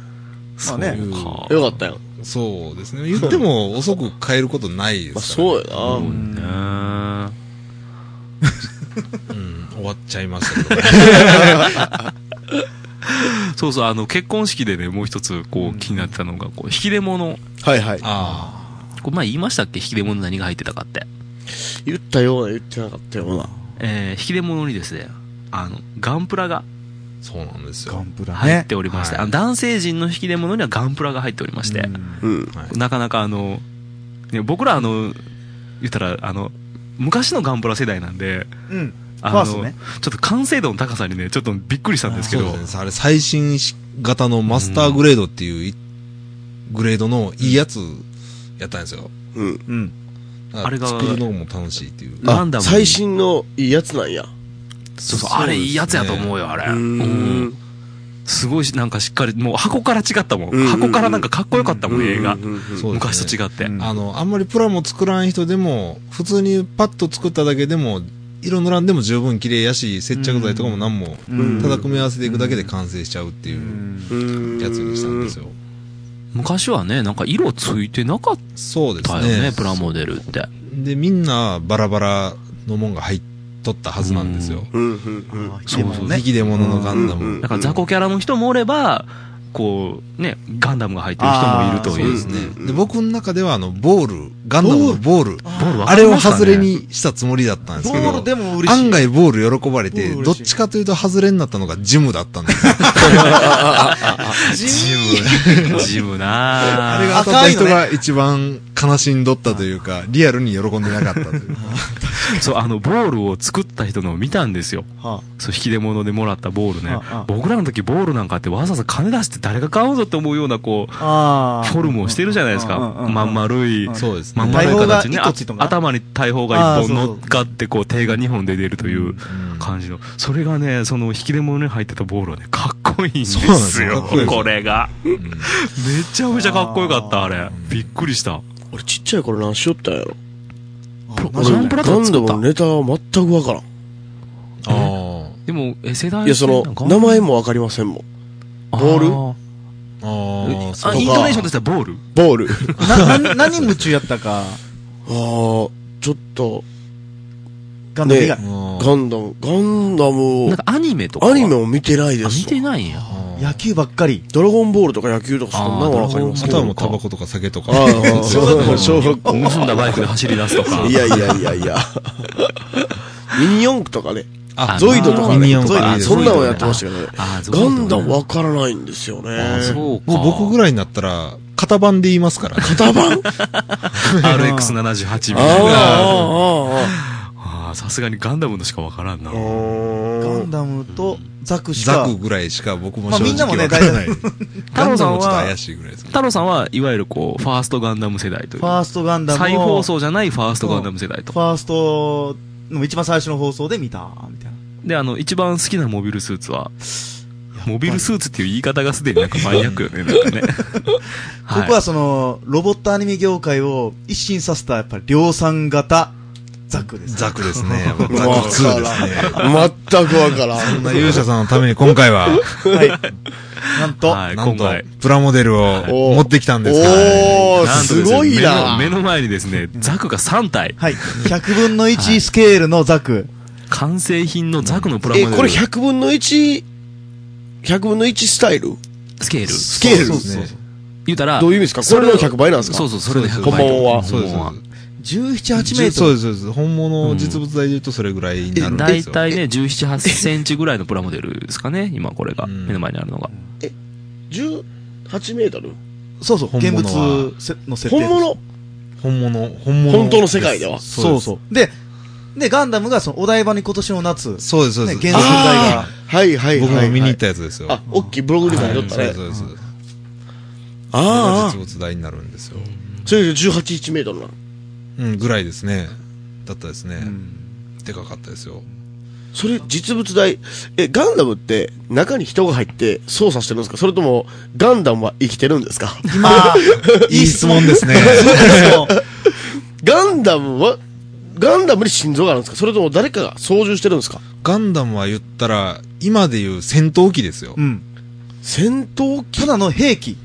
Speaker 6: そ
Speaker 5: あ
Speaker 6: う
Speaker 5: ね
Speaker 6: いう
Speaker 1: よかったよ。
Speaker 6: そうですね。言っても遅く帰ることないで
Speaker 1: まあ、
Speaker 6: すから、
Speaker 1: そうよな。
Speaker 4: ねー
Speaker 6: うん。終わっちゃい ましたけどね。
Speaker 4: そうそう、あの、結婚式でね、もう一つ、こう、気になってたのが、こう、引き出物。
Speaker 1: はいはい。
Speaker 6: あ
Speaker 4: これ前言いましたっけ引き出物何が入ってたかって。
Speaker 1: 言ったような、言ってなかったような。
Speaker 4: えー、引き出物にですね、あの、ガンプラが
Speaker 6: あ、そうなんです
Speaker 5: ガ
Speaker 6: よ
Speaker 5: ン。プラ
Speaker 4: 入っ
Speaker 5: ね。
Speaker 4: ておりまして、
Speaker 6: ね
Speaker 4: あの男性陣の引き出物にはガンプラが入っておりまして、
Speaker 1: うん。
Speaker 6: はい
Speaker 4: なかなかあの、ね僕らあの、言ったら、あの、昔のガンプラ世代なんで、
Speaker 5: うん。
Speaker 4: あ
Speaker 5: フ
Speaker 4: の、
Speaker 5: ァーストね
Speaker 4: ちょっと完成度の高さにね、ちょっとびっくりしたんですけ
Speaker 6: そう
Speaker 4: ど、
Speaker 6: ですね。あれ、最新型のマスターグレードっていうい、グレードのいいやつやったんですよ。
Speaker 1: うん。
Speaker 5: うん。
Speaker 4: あれが
Speaker 6: 作るのも楽しいっていう。
Speaker 4: ランダムに
Speaker 1: 最新のいいやつなんや。
Speaker 4: そうそう、
Speaker 6: そうですね
Speaker 4: あれいいやつやと思うよ、あれ。
Speaker 1: うー
Speaker 4: うん
Speaker 1: ん。
Speaker 4: すごいし、なんかしっかり、もう箱から違ったもん。
Speaker 1: うんうんうん
Speaker 4: 箱からなんかかっこよかったもん、映画
Speaker 1: うん。うんうん
Speaker 6: そうです
Speaker 4: 昔
Speaker 6: ね
Speaker 4: と違って。
Speaker 5: うん
Speaker 6: あの、あんまりプラも作らん人でも、普通にパッと作っただけでも、色塗らんでも十分綺麗やし、接着剤とかも何も、
Speaker 5: うん
Speaker 6: ただ組み合わせていくだけで完成しちゃうっていうう
Speaker 1: う
Speaker 6: ん
Speaker 1: ん
Speaker 6: やつにしたんですよ。
Speaker 4: 昔はね、なんか色ついてなかっ
Speaker 6: そうで
Speaker 4: た
Speaker 6: す
Speaker 4: よね、
Speaker 6: ね。
Speaker 4: プラモデルって。
Speaker 6: で、みんなバラバラのもんが入っとったはずなんですよ。
Speaker 1: うんうん
Speaker 5: そうそうね
Speaker 6: 引。き出物のガンダム。
Speaker 1: うんうん
Speaker 4: だから雑魚キャラの人もおれば、こう、ね、ガンダムが入ってる人もいると
Speaker 6: そう
Speaker 4: い
Speaker 6: で
Speaker 4: う。
Speaker 6: す
Speaker 1: うんうんう
Speaker 6: ね。
Speaker 1: ん
Speaker 6: で、僕の中では、あの、ボール、ガンダムのボール、
Speaker 4: ボール分
Speaker 6: あ
Speaker 4: か
Speaker 6: れ
Speaker 4: り
Speaker 6: を
Speaker 4: ましたね
Speaker 6: 外れ。にしたつもりだったんですけ
Speaker 5: ボー
Speaker 6: ど
Speaker 5: ル、でも嬉しい。
Speaker 6: 案外ボール喜ばれて、
Speaker 5: ボール
Speaker 6: ど
Speaker 5: 嬉
Speaker 6: っ
Speaker 5: しい
Speaker 6: ちかというと外れになったのがジムだったんですよ。
Speaker 4: ジム。ジムな
Speaker 6: あ
Speaker 4: あ
Speaker 6: れが当たった人が一番悲しんどったというか、リアルに喜んでなかったという。
Speaker 4: そう、あの、ボールを作った人のを見たんですよ。
Speaker 5: は
Speaker 4: そう、引き出物でもらったボールね
Speaker 5: ああ。
Speaker 4: 僕らの時ボールなんかあってわざわざ金出して誰が買うぞって思うような、こう、
Speaker 5: ああー。
Speaker 4: フォルムをしてるじゃないですか。
Speaker 5: うんうんうんうん
Speaker 4: まん丸い。
Speaker 6: そうです
Speaker 4: まん
Speaker 6: ね。
Speaker 4: 丸い形にね、
Speaker 5: 大砲が一個ついたの
Speaker 4: あ
Speaker 5: かな
Speaker 4: 頭に大砲が一
Speaker 5: あーそ
Speaker 4: 本
Speaker 5: うそう
Speaker 4: 乗っかって、こう、手が二本で出るという感じの。それがね、その引き出物に入ってたボールはね、かっこいいんで
Speaker 6: そうなんですす
Speaker 4: よ。
Speaker 6: よかっこいいですよ
Speaker 4: これが。めちゃめちゃかっこよかった、あれ。びっくりした。
Speaker 1: 俺ちっちゃい頃何しよったんやろ。
Speaker 5: あ
Speaker 1: 俺
Speaker 4: ガンプラとか作っ
Speaker 1: ガン
Speaker 4: た
Speaker 1: ダムのネタは全くわからん。
Speaker 6: ああ。
Speaker 4: でも、え、世代
Speaker 1: いや、その、名前もわかりませんもん。ボール
Speaker 6: ああ、
Speaker 4: あ
Speaker 6: そ
Speaker 4: ー、
Speaker 6: う
Speaker 4: あイントネーションとしてはボール
Speaker 1: ボール。
Speaker 5: な、な、何夢中やったか。
Speaker 1: あー、ちょっと、
Speaker 5: ガンダム以外。
Speaker 1: ガンダム、ガンダム
Speaker 4: なん
Speaker 1: を
Speaker 4: か、アニメとかは。
Speaker 1: アニメを見てないで
Speaker 4: あ、見
Speaker 1: す
Speaker 4: て
Speaker 1: わ。
Speaker 4: ないんや。
Speaker 5: 野球ばっかり。
Speaker 1: ドラゴンボールとか野球とかそんなのはわかり
Speaker 6: あ
Speaker 1: ますけ
Speaker 6: とは
Speaker 1: ど。
Speaker 6: もうタバコとか酒とか。
Speaker 1: あー小学校、小学校。
Speaker 4: 盗んだバイクで走り出すとか。
Speaker 1: いやいやいやいや。ミニ四駆とかね。
Speaker 4: あ
Speaker 1: ゾイドとかね。
Speaker 6: ミニ四駆
Speaker 1: ゾイドねそ
Speaker 6: あ
Speaker 1: んなのやってましたけどね。
Speaker 4: あー、
Speaker 1: ガンダム
Speaker 4: は
Speaker 1: わからないんですよ
Speaker 4: あ、
Speaker 1: ね。
Speaker 4: そうか。
Speaker 6: もう僕ぐらいになったら、型番で言いますから。
Speaker 1: 型番
Speaker 4: RX78 み
Speaker 1: ああ、
Speaker 4: たいな。
Speaker 1: あ
Speaker 4: ああ、さすがにガンダムのしかわからんな
Speaker 1: あ、ああ。。
Speaker 5: ガ
Speaker 1: ガ
Speaker 5: ンダムとザクし
Speaker 6: ザ
Speaker 5: か。
Speaker 6: クぐらいしか僕も
Speaker 5: まあ
Speaker 6: 正
Speaker 5: みんなも
Speaker 6: 直
Speaker 5: ね
Speaker 6: わからない。
Speaker 4: 太
Speaker 6: ガ
Speaker 4: 郎
Speaker 6: ン
Speaker 4: さ
Speaker 6: ダ
Speaker 4: ん
Speaker 6: ムもちょっと
Speaker 4: は
Speaker 6: 怪しいぐらいですけど。
Speaker 4: 太郎さんはいわゆるこう、ファーストガンダム世代という
Speaker 5: フ。ァーストガンダムを
Speaker 4: 再放送じゃないファーストガンダム世代と
Speaker 5: フ。ァーストの一番最初の放送で見た、みたいな。
Speaker 4: で、あの、一番好きなモビルスーツは、モビルスーツっていう言い方がすでになんかマニアックよね、なんか ね。い
Speaker 5: 僕はその、ロボットアニメ業界を一新させた、やっぱり量産型ザクです。
Speaker 6: ザクですね。ザク
Speaker 1: わからん
Speaker 6: 2ですね。
Speaker 1: 全くわから
Speaker 6: そん
Speaker 1: ん。
Speaker 6: な勇者さんのために今回は、
Speaker 5: はい。なんと、
Speaker 4: はい、
Speaker 6: なん
Speaker 4: 今
Speaker 6: と
Speaker 4: 回。、
Speaker 6: プラモデルを
Speaker 1: おー
Speaker 6: 持ってきたんですから。
Speaker 1: おー、
Speaker 4: なんとですね
Speaker 1: ごいな。
Speaker 4: 目の目の前にですね、ザクが3体。
Speaker 5: はい。100分の1スケールのザク。
Speaker 4: 完成品のザクのプラモ
Speaker 1: え、
Speaker 4: デル。
Speaker 1: これ100分の1、100分の1スタイル
Speaker 4: スケール。
Speaker 1: スケール
Speaker 6: そうですね。
Speaker 4: 言うたら、
Speaker 1: どういう意味ですかこれの100倍なんですか
Speaker 4: そうそう、それで100
Speaker 1: こんば
Speaker 4: 倍。
Speaker 1: んは
Speaker 6: そうです。
Speaker 4: こんばんは
Speaker 5: 17、8メ
Speaker 6: じゅそう
Speaker 5: ー
Speaker 6: です、そうです。本物を実物大で言うとそれぐらいになるんで
Speaker 4: 大
Speaker 6: すよ。
Speaker 4: 体ね、17、8センチぐらいのプラモデルですかね、今これが、
Speaker 6: うん
Speaker 4: 目の前にあるのが。
Speaker 1: 18メートル
Speaker 5: トル。そうそう、
Speaker 6: 本
Speaker 5: 現
Speaker 6: 物
Speaker 5: 物
Speaker 6: は
Speaker 5: せの設定。
Speaker 1: 本物
Speaker 6: 本物、本物。
Speaker 1: 本当の世界では
Speaker 5: そうそう。で、で、ガンダムがそのお台場に今年の夏、
Speaker 6: う。そうです、そう
Speaker 5: ね、
Speaker 6: です。
Speaker 5: 原作台が。
Speaker 1: はいはいはい。。
Speaker 6: 僕も見に行ったたやつですよ。
Speaker 1: あ、おっきいブログにも
Speaker 6: はい
Speaker 1: 載
Speaker 6: そ
Speaker 1: っ
Speaker 6: う
Speaker 1: た
Speaker 6: で
Speaker 1: ね
Speaker 6: す、。そうです。これが
Speaker 1: あ
Speaker 6: 実物大になるんですよ。
Speaker 1: あ、それで18、1メートルなの。
Speaker 6: うん、ぐらいですね。だったですね
Speaker 5: う。ん
Speaker 6: でかかったですよ。
Speaker 1: それ実物大。え、ガンダムって中に人が入って操作してるんですかそれともガンダムは生きてるんです か
Speaker 5: 今、
Speaker 6: いい質問ですね。
Speaker 5: そう
Speaker 1: ガンダムはガンダムに心臓があるんですかそれとも誰かが操縦してるんですか
Speaker 6: ガンダムは言ったら、今で言う戦闘機ですよ。
Speaker 5: うん。
Speaker 1: 戦闘機
Speaker 5: ただの兵器。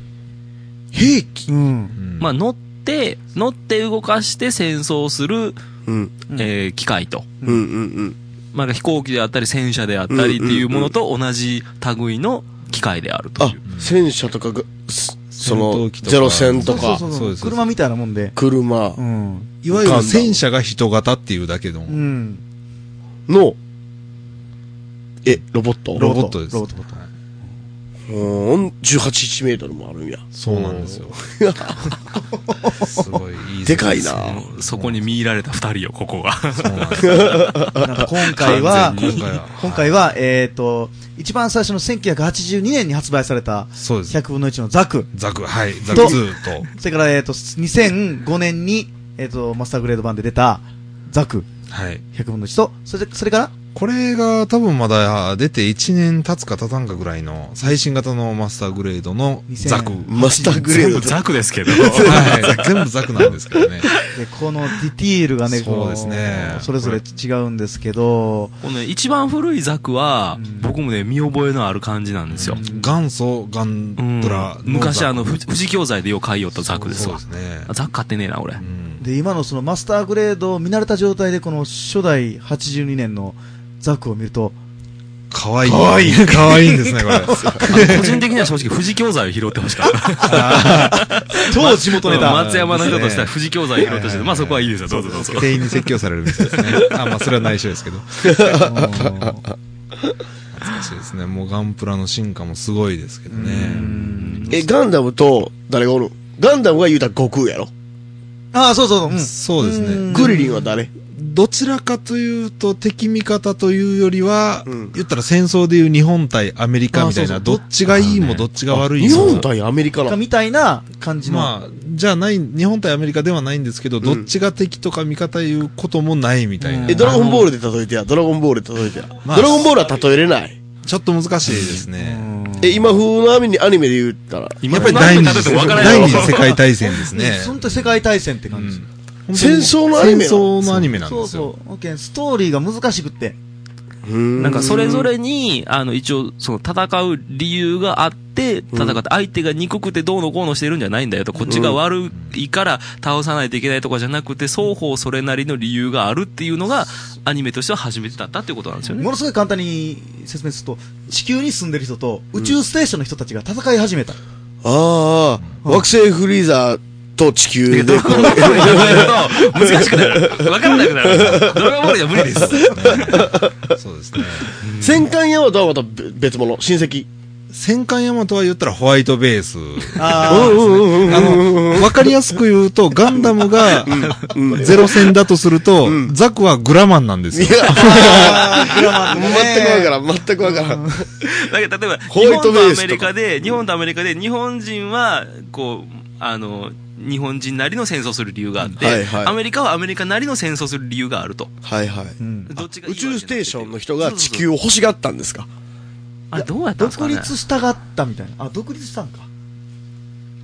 Speaker 1: 兵器
Speaker 5: うん。
Speaker 6: うん
Speaker 4: まあ、乗って、乗って動かして戦争する、
Speaker 1: うん。
Speaker 4: えー機械と。
Speaker 1: うんうんうん。
Speaker 4: まあ、飛行機であったり戦車であったりっていうものと同じ類の機械であるとい
Speaker 1: あ
Speaker 4: う。、
Speaker 1: 戦車とかが、すそ
Speaker 6: 戦
Speaker 1: の
Speaker 6: 闘、機とか
Speaker 1: ゼロ戦とか
Speaker 5: そう、そう
Speaker 6: そう
Speaker 5: そ
Speaker 6: で
Speaker 5: う
Speaker 6: す
Speaker 5: そう。車みたいなもんで。
Speaker 1: 車
Speaker 5: うん。
Speaker 6: いわゆる戦車が人型っていうだけの
Speaker 5: う、ん。
Speaker 1: の、え、ロボット
Speaker 6: ロボットです。
Speaker 5: ロボットロボッ
Speaker 6: はいう
Speaker 1: ーん、18メートルもあるんや。
Speaker 6: そうなんで すよ。すごいいい
Speaker 1: でかいな
Speaker 4: うんそこに見入られた二人よ、ここが。
Speaker 6: そうなんですよ
Speaker 5: なんか今回は
Speaker 6: 完、全に今回は
Speaker 5: 今回は、えっと、一番最初の1982年に発売された、
Speaker 6: そうです。
Speaker 5: 100分の1のザク。
Speaker 6: ザク、はい。ザク2と。
Speaker 5: それから、えっと、2005年に、えっと、マスターグレード版で出た、ザク、
Speaker 6: はい。
Speaker 5: 100分の1と、それそれから、
Speaker 6: これが多分まだ出て1年経つか経たんかぐらいの最新型のマスターグレードの
Speaker 5: 2000
Speaker 6: ザク。
Speaker 1: マスターグレ
Speaker 4: 全部
Speaker 1: ード。
Speaker 4: ザクですけど。
Speaker 6: はい。全部ザクなんですけどね。
Speaker 5: で、このディティールがね、
Speaker 6: そうですね
Speaker 5: こうそれぞれ違うんですけど、
Speaker 4: このね、一番古いザクは、
Speaker 5: うん
Speaker 4: 僕もね、見覚えのある感じなんですよ。
Speaker 6: 元祖ガン
Speaker 4: うん
Speaker 6: ドラのザク。
Speaker 4: 昔あの、ふ富士教材でよく買いよったザクです
Speaker 6: そう
Speaker 4: わ
Speaker 6: で。すね
Speaker 4: あ。ザク買ってねえな、俺
Speaker 6: う。ん
Speaker 5: で、今のそのマスターグレードを見慣れた状態で、この初代82年のザクを見ると、
Speaker 6: かわいい。かわいい。かわいいんですね、これ。
Speaker 4: あ個人的には正直富士教材を拾ってほしかった。
Speaker 5: 超地元ネ
Speaker 4: うん
Speaker 5: タ。
Speaker 4: 松山の人としては富士教材拾ってほしい。まあそこはいいですよ、どうぞどうぞ。
Speaker 6: 店員に説教されるみたいですね。あ、まあそれは内緒ですけど。懐かしいですね。もうガンプラの進化もすごいですけどね。
Speaker 1: え、ガンダムと、誰がおるんガンダムが言うたら悟空やろ
Speaker 5: ああ、そうそうそう、うん。
Speaker 6: そうですね。
Speaker 1: グリリンは誰
Speaker 6: どちらかというと敵味方というよりは、
Speaker 1: うん
Speaker 6: 言ったら戦争でいう日本対アメリカみたい
Speaker 5: あ
Speaker 6: な、
Speaker 5: そう
Speaker 6: ど
Speaker 5: そう
Speaker 6: っちがいいもどっちが悪い
Speaker 1: 日
Speaker 6: も。
Speaker 1: 本対アメリカな
Speaker 5: か
Speaker 1: の
Speaker 5: みたいな感じの。
Speaker 6: まあ、じゃあない、日本対アメリカではないんですけど、どっちが敵とか味方いうこともないみたいな。
Speaker 1: え、ドラゴンボールで例えてや、ドラゴンボールで例えてや。
Speaker 6: まあ
Speaker 1: ドラゴンボールは例えれない。
Speaker 6: ちょっと難しいですね。
Speaker 1: え、今風のアニメアニメで言ったら、
Speaker 4: 今
Speaker 6: やっぱり第二
Speaker 4: 何食べて
Speaker 6: 次
Speaker 4: もわからん
Speaker 6: 第
Speaker 4: よ
Speaker 6: 二次世界大戦です ね。
Speaker 5: 本当に世界大戦って感じ。
Speaker 6: うん
Speaker 1: 戦争のアニメなの
Speaker 6: 戦争のアニメなん
Speaker 5: そ
Speaker 6: で
Speaker 5: う
Speaker 6: すよ。
Speaker 5: そう。オッケー、ストーリーが難しくって。
Speaker 4: なんかそれぞ
Speaker 1: れ、
Speaker 4: れに、あの、一応、その戦う理由があって、戦って、相手が憎くてどうのこうのしてるんじゃないんだよと、こっちが悪いから倒さないといけないとかじゃなくて、双方それなりの理由があるっていうのが、アニメとしては初めてだったっていうことなんです よね。
Speaker 5: ものすごい簡単に説明すると、地球に住んでる人と宇宙ステーションの人たちが戦い始めた。
Speaker 1: ああ、惑星フリーザーと地球で、こう
Speaker 4: 難しくなる。わからなくなる。ドラゴンボールじゃ無理です。
Speaker 6: そうですね。
Speaker 1: 戦艦ヤマトはまた別別物、親戚。
Speaker 6: 戦艦ヤマトは言ったらホワイトベース。
Speaker 5: あ
Speaker 1: うんうんうん
Speaker 6: あの、わかりやすく言うと、ガンダムがゼロ戦だとすると、ザクはグラマンなんです
Speaker 1: い
Speaker 6: よ。
Speaker 1: や、
Speaker 5: あ、グラマ
Speaker 1: 全
Speaker 5: ね
Speaker 1: くわからん、全くわからん。
Speaker 4: だけど例えば、
Speaker 1: ホ
Speaker 4: 日
Speaker 1: ワイト
Speaker 4: 本
Speaker 1: ベ
Speaker 4: とア
Speaker 1: ースとか
Speaker 4: メリカで、日本とアメリカで、日本人は、こう、あの、日本人なりの戦争する理由があって、
Speaker 1: はいはい
Speaker 4: アメリカはアメリカなりの戦争する理由があると。
Speaker 1: はいはい。
Speaker 5: うん
Speaker 4: どっちがい
Speaker 1: 宇
Speaker 4: いわけじゃ
Speaker 1: 宙
Speaker 4: なく
Speaker 1: ス
Speaker 4: て
Speaker 1: テーションの人が地球を欲しがったんですか
Speaker 4: あれどうやったんですか
Speaker 5: 独
Speaker 4: ね
Speaker 5: 立したがったみたいな。あ、独立したんか。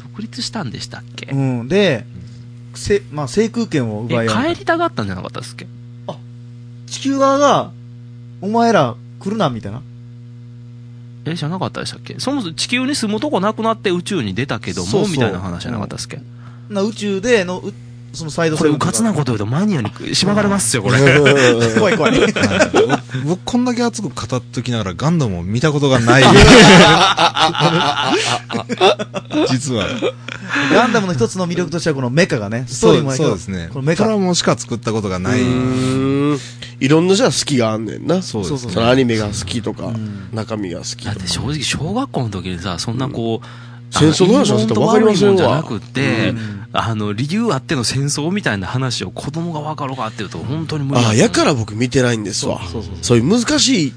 Speaker 4: 独立したんでしたっけ、
Speaker 5: うん。で、せ、まあ、制空権を奪い合う
Speaker 4: え、帰りたがったんじゃなかったっすっけ
Speaker 5: 地球側が、お前ら来るな、みたいな。
Speaker 4: え、じゃなかったでしたっけそもそも地球に住むとこなくなって宇宙に出たけども、
Speaker 5: そうそう
Speaker 4: みたいな話じゃなかったっすっけ、
Speaker 5: な宇宙での、うそのサイド
Speaker 4: これ、うかつな
Speaker 5: こ
Speaker 4: こと言うとマニアにしばかれますよ、これ。
Speaker 5: 怖い怖い。
Speaker 6: 僕僕こんだけ熱く語っときながらガンダムを見たこと がない。実は。
Speaker 5: ガンダムの一つの魅力としてはこのメカがね、ストーリーもやけ
Speaker 6: そう
Speaker 5: ど
Speaker 6: そうですね。
Speaker 5: このメ
Speaker 6: トラ
Speaker 5: カ。
Speaker 6: もしか作ったことがない。
Speaker 1: うん。いろんなじゃあ好きがあんねんな。
Speaker 6: そうですね
Speaker 1: のアニメが好きとか、中身が好き
Speaker 4: だっ
Speaker 1: とか
Speaker 4: て。正直小学校の時にさそんなこう、
Speaker 1: 戦争の話は
Speaker 4: は
Speaker 1: ちょっと分かりませんわ
Speaker 4: じゃなくて、あの理由あっての戦争みたいな話を子供が分かろうかっていうと本当に無理
Speaker 1: ああ、やからら僕見てないんですわ。そういう難しいっ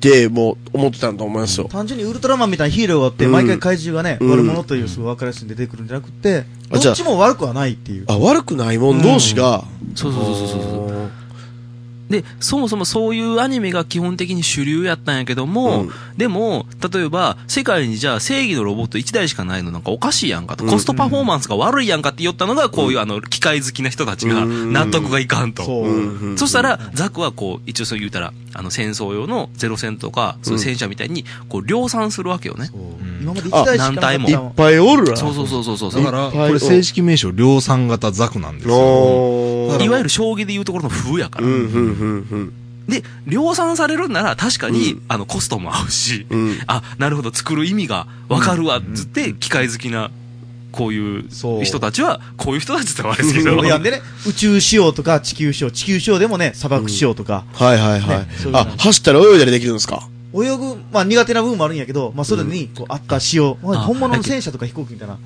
Speaker 1: て、もう思ってたんだと思いますよ。
Speaker 5: 単純にウルトラマンみたいなヒーローがあって、
Speaker 1: うん
Speaker 5: 毎回怪獣がね、
Speaker 1: うん
Speaker 5: 悪者というすごい分かりやすいに出てくるんじゃなくて、
Speaker 1: あ
Speaker 5: ど
Speaker 1: じゃあ
Speaker 5: っちも悪くはないっていう。
Speaker 1: あ、悪くないもん同士が、
Speaker 4: そうそうそうそうそう
Speaker 1: あー
Speaker 4: で、そもそもそういうアニメが基本的に主流やったんやけども、
Speaker 1: うん
Speaker 4: でも、例えば、世界にじゃあ正義のロボット1台しかないのなんかおかしいやんかと、コストパフォーマンスが悪いやんかって言ったのが、こういうあの、機械好きな人たちが
Speaker 1: うん
Speaker 4: 納得がいかんと。
Speaker 5: そう
Speaker 1: うんうん
Speaker 4: そしたら、ザクはこう、一応そう言うたら、あの、戦争用のゼロ戦とか、そういう戦車みたいに、こう、量産するわけよね。
Speaker 5: 今まで1台しかなかった
Speaker 4: あ何体も
Speaker 1: いっぱいおるな。
Speaker 4: そうそうそうそうそう。
Speaker 6: だから、
Speaker 1: いっぱい
Speaker 6: これ正式名称、量産型ザクなんですよ。
Speaker 1: お
Speaker 6: だ
Speaker 1: ー
Speaker 6: から
Speaker 4: いわゆる将棋で言うところの風やか
Speaker 1: う
Speaker 4: ら。
Speaker 1: ん、うん、うん、
Speaker 4: で、量産されるんなら確かに、
Speaker 1: う
Speaker 4: あの、コストも合うし、
Speaker 1: うん。うん。
Speaker 4: あ、なるほど、作る意味がわかるわ、つって、機械好きな、こういう
Speaker 5: そう
Speaker 4: 人たちは、こういう人たちって言ったらあれですけど、
Speaker 5: いや、でね、宇宙仕様とか地球仕様、地球仕様でもね、砂漠仕様とか、
Speaker 1: はいはいはい。
Speaker 5: ねそういうの
Speaker 1: あ、走ったら泳いだりできるんですか
Speaker 5: 泳ぐ、まあ苦手な部分もあるんやけど、まあそれに、こう、あった仕様、ま
Speaker 4: あ
Speaker 5: あ本物の戦車とか飛行機みたいな、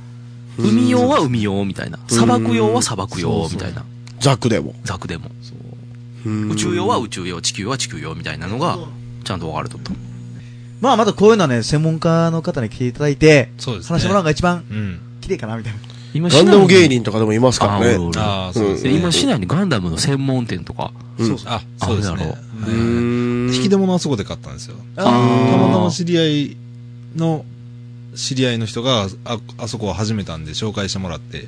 Speaker 4: 海用は海用みたいな、砂漠用は砂漠用みたいな、
Speaker 1: ザックでも。
Speaker 4: ザクでも。
Speaker 1: 宇
Speaker 4: 宇宙用は宇宙用、地球用は地球用みたいなのが、ちゃんと分かれとった。
Speaker 5: まあまたこういうのはね、専門家の方に来ていただいて、
Speaker 6: そうですね
Speaker 5: 話してもらうのが一番
Speaker 6: うん。
Speaker 5: 綺麗かな、みたいな。
Speaker 4: 今
Speaker 1: ガンダム芸人とかでもいますからね。う
Speaker 6: ああ、そうです
Speaker 4: で
Speaker 6: ね。
Speaker 4: 今市内にガンダムの専門店とか、
Speaker 1: ん
Speaker 6: あ、そうです
Speaker 4: ある
Speaker 6: ね
Speaker 4: だろ。
Speaker 6: はい
Speaker 1: ーん
Speaker 6: 引き出物はそこで買ったんですよ。
Speaker 5: あ
Speaker 6: た
Speaker 4: ー
Speaker 6: またま知り合いの、知り合いの人が、あ、あそこを始めたんで紹介してもらって。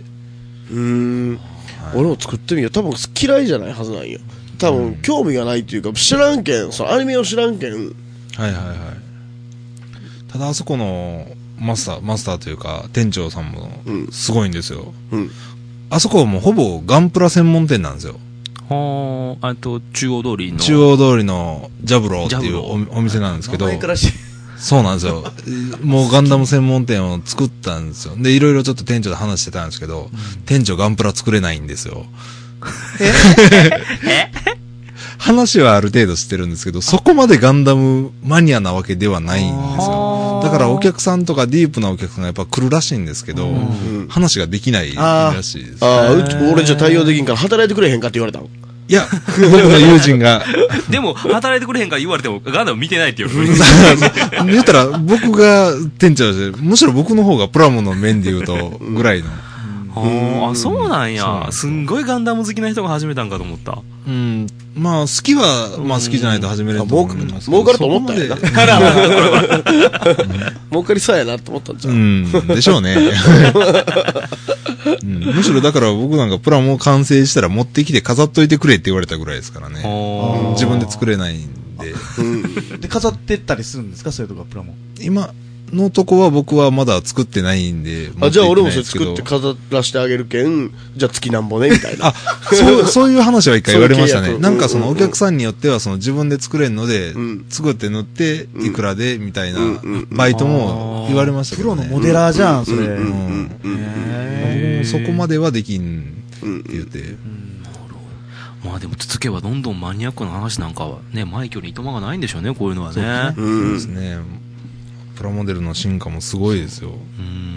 Speaker 1: うーん。俺も作ってみよう。多分嫌いじゃないはずなんよ。多分興味がないっていうか、知らんけん、そのアニメを知らんけん。
Speaker 6: はいはいはい。ただあそこのマスター、マスターというか、店長さんも
Speaker 1: うん
Speaker 6: すごいんですよ。
Speaker 1: うん。
Speaker 6: あそこはもうほぼガンプラ専門店なんですよ。
Speaker 4: はあ、あと中央通りの。
Speaker 6: 中央通りのジャブローって
Speaker 4: ジャ
Speaker 6: い
Speaker 4: ブ
Speaker 6: う
Speaker 4: ロ
Speaker 6: おお店なんですけど
Speaker 5: 名、前からし、
Speaker 6: そうなんですよ。もうガンダム専門店を作ったんですよ。で、いろいろちょっと店長と話してたんですけど、店長ガンプラ作れないんですよ。 話はある程度知ってるんですけど、そこまでガンダムマニアなわけではないんですよ。だからお客さんとかディープなお客さんがやっぱ来るらしいんですけど、
Speaker 1: ん
Speaker 6: 話ができないらしいです。
Speaker 1: ああ、うち俺じゃ対応できんから働いてくれへんかって言われたの。
Speaker 6: いや、僕の友人が、
Speaker 4: でも、働いてくれへんから言われても、ガンダム見てないっていう。
Speaker 6: 言ったら僕が店長で、むしろ僕の方がプラモの面で言うと、ぐらいの。
Speaker 4: ああ、そうなん
Speaker 6: そうなん
Speaker 4: や
Speaker 6: で。す
Speaker 4: すんごいガンダム好きな人が始めたんかと思った。
Speaker 6: うん。まあ、好きは、まあ好きじゃないと始めれると思うんですけど。
Speaker 1: 儲か儲かると思ったんやな
Speaker 6: そこまで
Speaker 1: 儲かりそうやなと思ったんじゃ。
Speaker 6: うんん。でしょう ね。うんむしろだから僕なんかプラモ完成したら持ってきて飾っといてくれって言われたぐらいですからね。
Speaker 4: あ
Speaker 6: 自分で作れないんで。
Speaker 5: で、飾ってったりするんですかそういうとこは、プラモ。
Speaker 6: 今のとこは僕はまだ作ってないんで。
Speaker 1: あ、じゃあ俺もそれ
Speaker 6: 持
Speaker 1: 作って
Speaker 6: いけないですけど
Speaker 1: 飾らしてあげるけん、じゃあ月なんぼね、みたいな。
Speaker 6: あ、 そう、そういう話は一回言われました
Speaker 1: そういう契
Speaker 6: ね。
Speaker 1: 約
Speaker 6: なんかそ
Speaker 1: うん
Speaker 6: の
Speaker 1: うん
Speaker 6: お
Speaker 1: うん
Speaker 6: 客さんによってはその自分で作れんので
Speaker 1: ん、
Speaker 6: 作って塗って、いくらで、みたいな
Speaker 1: うんうん、
Speaker 6: バイトも言われましたけ
Speaker 5: プ
Speaker 6: ど
Speaker 5: ロ
Speaker 6: ね。
Speaker 5: のモデラーじゃん、それ。
Speaker 1: う
Speaker 6: うんんもうそこまではできんって言って。
Speaker 4: まあでも続けばどんどんマニアックな話なんかはね、マイキョにいとまがないんでしょうね、こういうのはね。
Speaker 1: う
Speaker 6: そうで
Speaker 1: ん
Speaker 6: す。ね。プラモデルの進化もすごいですよ。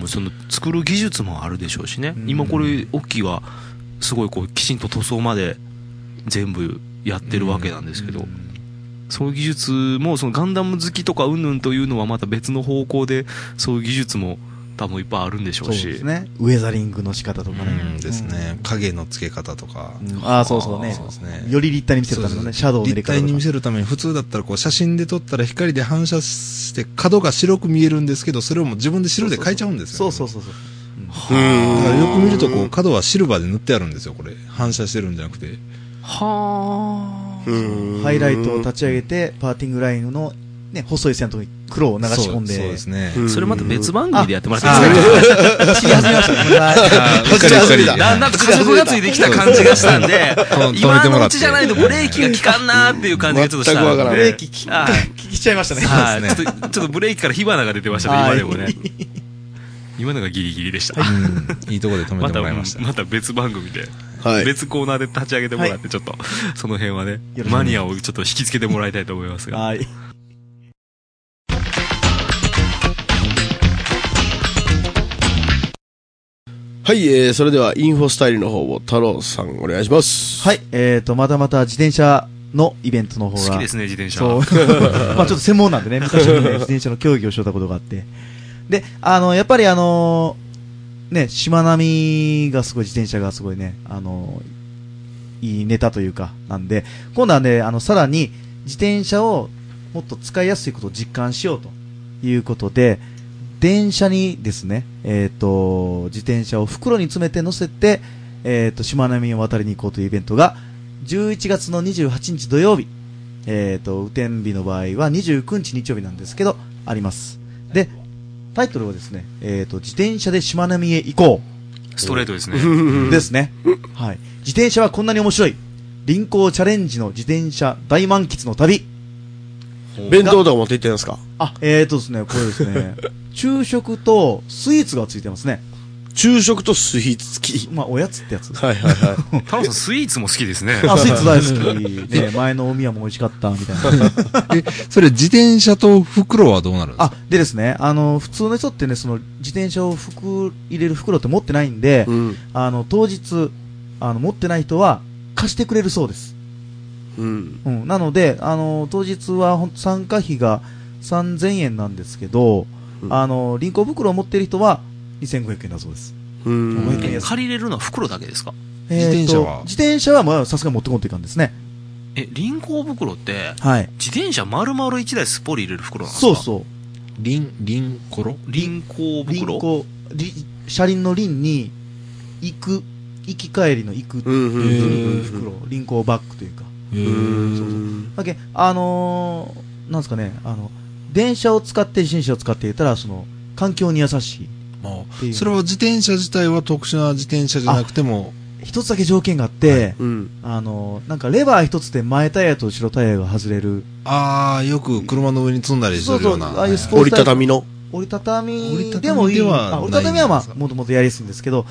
Speaker 4: うん、その作る技術もあるでしょうしね。今これ、オッキーは、すごいこう、きちんと塗装まで全部やってるわけなんですけど、そういう技術も、そのガンダム好きとかうんぬんというのはまた別の方向で、そういう技術も多分いっぱいあるんでしょ
Speaker 5: そう
Speaker 4: う
Speaker 5: で
Speaker 4: し。
Speaker 5: すね。ウェザリングの仕方とか
Speaker 6: う
Speaker 5: ね。
Speaker 6: んですね。影の付け方とか。
Speaker 5: うんああ、そうそうね
Speaker 6: そうですね。
Speaker 5: より立体に見せるためのね、シャドウの入れ
Speaker 6: 立
Speaker 5: 方とか
Speaker 6: 体に見せるために普通だったらこう写真で撮ったら光で反射して角が白く見えるんですけど、それをもう自分で白で変えちゃうんです
Speaker 5: そ
Speaker 6: よ、
Speaker 5: うそう
Speaker 6: そ
Speaker 5: そうそう。
Speaker 6: う。だからよく見るとこう角はシルバーで塗ってあるんですよ、これ。反射してるんじゃなくて。
Speaker 4: はあ。
Speaker 1: うん
Speaker 5: ハイライトを立ち上げて、パーティングラインの、ね、細い線のとこに黒を流し込んで。
Speaker 6: そうそうですね。
Speaker 4: それまた別番組でやってもらっていい
Speaker 5: あ
Speaker 4: ですか
Speaker 5: 知り始めましたねこれは。
Speaker 6: あーうっかりうっかり。
Speaker 4: だんだんと加速がついてきた感じがしたんで
Speaker 6: そう、です
Speaker 4: 今のうちじゃないとブレーキが効かんなーっていう感じがちょっとしたんで。
Speaker 1: 全くわからん
Speaker 5: ブレーキき
Speaker 4: あー
Speaker 5: 聞きちゃいましたね。
Speaker 4: はい、
Speaker 6: そうです
Speaker 4: ちょっと、ちょっとブレーキから火花が出てましたね、
Speaker 5: は
Speaker 4: 今
Speaker 5: い
Speaker 4: でもね。今のがギリギリでした。
Speaker 6: うんいいとこで止め
Speaker 4: ま
Speaker 6: て
Speaker 4: た、
Speaker 6: もら いました。
Speaker 4: また別番組で、
Speaker 1: はい。
Speaker 4: 別コーナーで立ち上げてもらって、ちょっと、その辺はね
Speaker 5: ろしく、
Speaker 4: マニアをちょっと引きつけてもらいたいと思いますが。
Speaker 5: はい。
Speaker 1: はい、えー、それではインフォスタイルの方を太郎さんお願いします。
Speaker 5: はい。えっと、またまた自転車のイベントの方が。
Speaker 4: 好きですね、自転車。
Speaker 5: そう。 まあちょっと専門なんでね、昔にね、自転車の競技をしとったことがあって。で、あの、やっぱりあのね、しまなみがすごい、自転車がすごいね、あのいいネタというか、なんで、今度はね、あの、さらに、自転車をもっと使いやすいことを実感しようということで、電車にですね、えっ、と、自転車を袋に詰めて乗せて、えっ、と、島並みを渡りに行こうというイベントが、11月の28日土曜日、えっ、と、雨天日の場合は29日日曜日なんですけど、あります。で、タイトルはですね、えっ、と、自転車で島並みへ行こう。
Speaker 4: ストレートですね。
Speaker 5: ですね。はい。自転車はこんなに面白い。臨行チャレンジの自転車大満喫の旅。
Speaker 1: 弁当とか持って行ってるんですか
Speaker 5: あ、えーとですね、これですね。昼食とスイーツがついてますね。
Speaker 1: 昼食とスイーツ付き。
Speaker 5: まあ、おやつって やつ。
Speaker 1: はいはいはい。
Speaker 4: 太郎さん、スイーツも好きですね。
Speaker 5: あ、スイーツ大好き。ね、前のお宮も美味しかった、みたいな。
Speaker 6: え、 それ自転車と袋はどうなるんです
Speaker 5: あ
Speaker 6: か、
Speaker 5: でですね、あの、普通の人ってね、その、自転車を服、入れる袋って持ってないんで、
Speaker 1: うん。
Speaker 5: あの、当日、あの、持ってない人は、貸してくれるそうです。
Speaker 1: うん。
Speaker 5: うん、なので、あの当日はほんと参加費が3000円なんですけ
Speaker 1: う
Speaker 5: ど、
Speaker 1: ん
Speaker 5: あの輪行袋を持っている人は2500円だそうです。
Speaker 1: うん。
Speaker 4: え借りれるのは袋だけですか
Speaker 5: えーと
Speaker 6: 自転車は
Speaker 5: 自転車はまあさすがに持ってこんといかんですね。
Speaker 4: え、輪行袋って、
Speaker 5: はい。
Speaker 4: 自転車丸々一台すっぽり入れる袋なんですか
Speaker 5: そうそう。
Speaker 6: リン、リンコロ
Speaker 4: 輪行
Speaker 5: 輪
Speaker 4: 袋
Speaker 5: 行、り車輪の輪に、行く、行き帰りの行くって
Speaker 1: う
Speaker 5: い
Speaker 1: ん。うん。
Speaker 5: う袋、輪行バッグというか。
Speaker 6: へ
Speaker 1: う
Speaker 6: ー
Speaker 1: ん。
Speaker 5: だけあのー、なんですかね、あの、電車を使って自転車を使っていたら、その、環境に優しい。
Speaker 6: あ
Speaker 5: ていう
Speaker 6: それは自転車自体は特殊な自転車じゃなくても、
Speaker 5: 一つだけ条件があって、
Speaker 1: うん。
Speaker 5: あの、なんかレバー一つで前タイヤと後ろタイヤが外れる。
Speaker 6: ああ、よく車の上に積んだりするような。
Speaker 5: そうそうああいうスポー
Speaker 1: 折りたたみの。
Speaker 5: 折りたたみ
Speaker 6: 折りたたみ
Speaker 5: でもいい。
Speaker 6: では
Speaker 5: あ折りたたみは
Speaker 6: ない
Speaker 5: ま
Speaker 6: んです
Speaker 5: あ、
Speaker 6: か
Speaker 5: もともとやりやすいんですけど、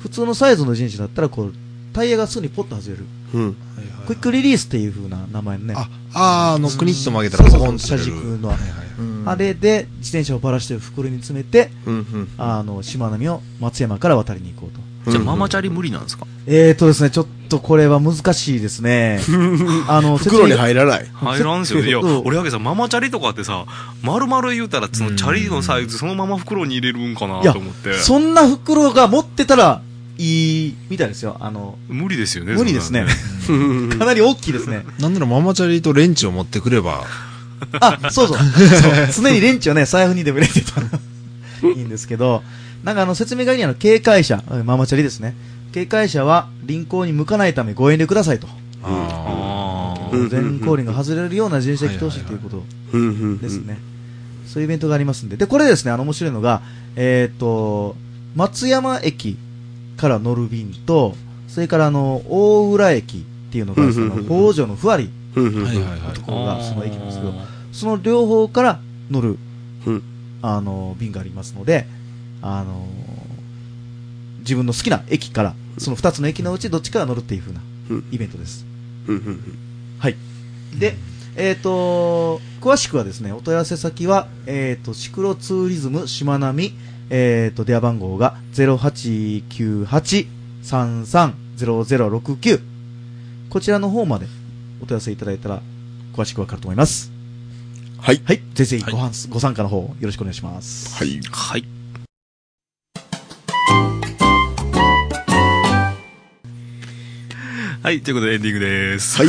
Speaker 5: 普通のサイズの自転車だったら、こう、タイヤがすぐにポッと外れる。
Speaker 1: うん。
Speaker 6: はいはいはい
Speaker 5: クイックリリースっていう風な名前のね。
Speaker 6: あ、あーあの、クニッと曲げた
Speaker 5: そ
Speaker 6: ら
Speaker 5: う
Speaker 6: ポ
Speaker 5: そう
Speaker 6: コンと
Speaker 5: 車
Speaker 6: 出る
Speaker 5: 軸の
Speaker 6: はいはいはい
Speaker 5: あれで自転車をばらして袋に詰めて、
Speaker 1: うん。うん。
Speaker 5: あの、島並みを松山から渡りに行こうと。
Speaker 4: じゃあママチャリ無理なんですか
Speaker 5: えーとですね、ちょっとこれは難しいですね。 あの、
Speaker 1: 袋に
Speaker 5: 説明
Speaker 1: 入らない。
Speaker 4: 入らんすよ。いや、
Speaker 5: うん
Speaker 4: 俺だけさ、ママチャリとかってさ、丸々言うたら、そのチャリのサイズそのまま袋に入れるんかない
Speaker 5: や
Speaker 4: と思って。
Speaker 5: そんな袋が持ってたらいいみたいですよ。あの、
Speaker 4: 無理ですよね。
Speaker 5: 無理ですね。
Speaker 1: うん
Speaker 5: かなり大きいですね。
Speaker 6: なんならママチャリとレンチを持ってくれば、
Speaker 5: あ、そうそう。そう常にレンチをね、財布にでも入れてたら いいんですけど、なんかあの、説明会にあの、警戒車、うんママチャリですね。警戒車は、輪行に向かないためご遠慮くださいと。
Speaker 4: そん
Speaker 6: あ
Speaker 4: なのね。あ
Speaker 1: うん
Speaker 5: 全後輪が外れるような自転車来てほしいということ
Speaker 1: うん。うん
Speaker 5: ですね。そういうイベントがありますんで。で、これですね、あの、面白いのが、えーっと、松山駅から乗る便と、それからあの、大浦駅っていうのが、そ
Speaker 1: うんうんうん
Speaker 5: の、北条のふわり
Speaker 1: うん。うん
Speaker 6: あ。はいはいは
Speaker 5: の
Speaker 6: い
Speaker 5: と。ころ
Speaker 4: ー
Speaker 5: が、その駅なんですけど、その両方から乗る、
Speaker 1: うん
Speaker 5: あの、便がありますので、あの、自分の好きな駅から、その二つの駅のうちどっちから乗るっていう風な
Speaker 1: うん
Speaker 5: イベントです。
Speaker 1: うんうん。
Speaker 5: で、えっ、と、詳しくはですね、お問い合わせ先は、えっ、と、シクロツーリズムしまなみ、えっ、と、電話番号が0898-330069。こちらの方までお問い合わせいただいたら、詳しくわかると思います。
Speaker 1: はい。
Speaker 5: はい。ぜひぜひご,、はご参加の方、よろしくお願いします。
Speaker 1: はい。
Speaker 4: はい。はい、ということでエンディングです。
Speaker 1: はい。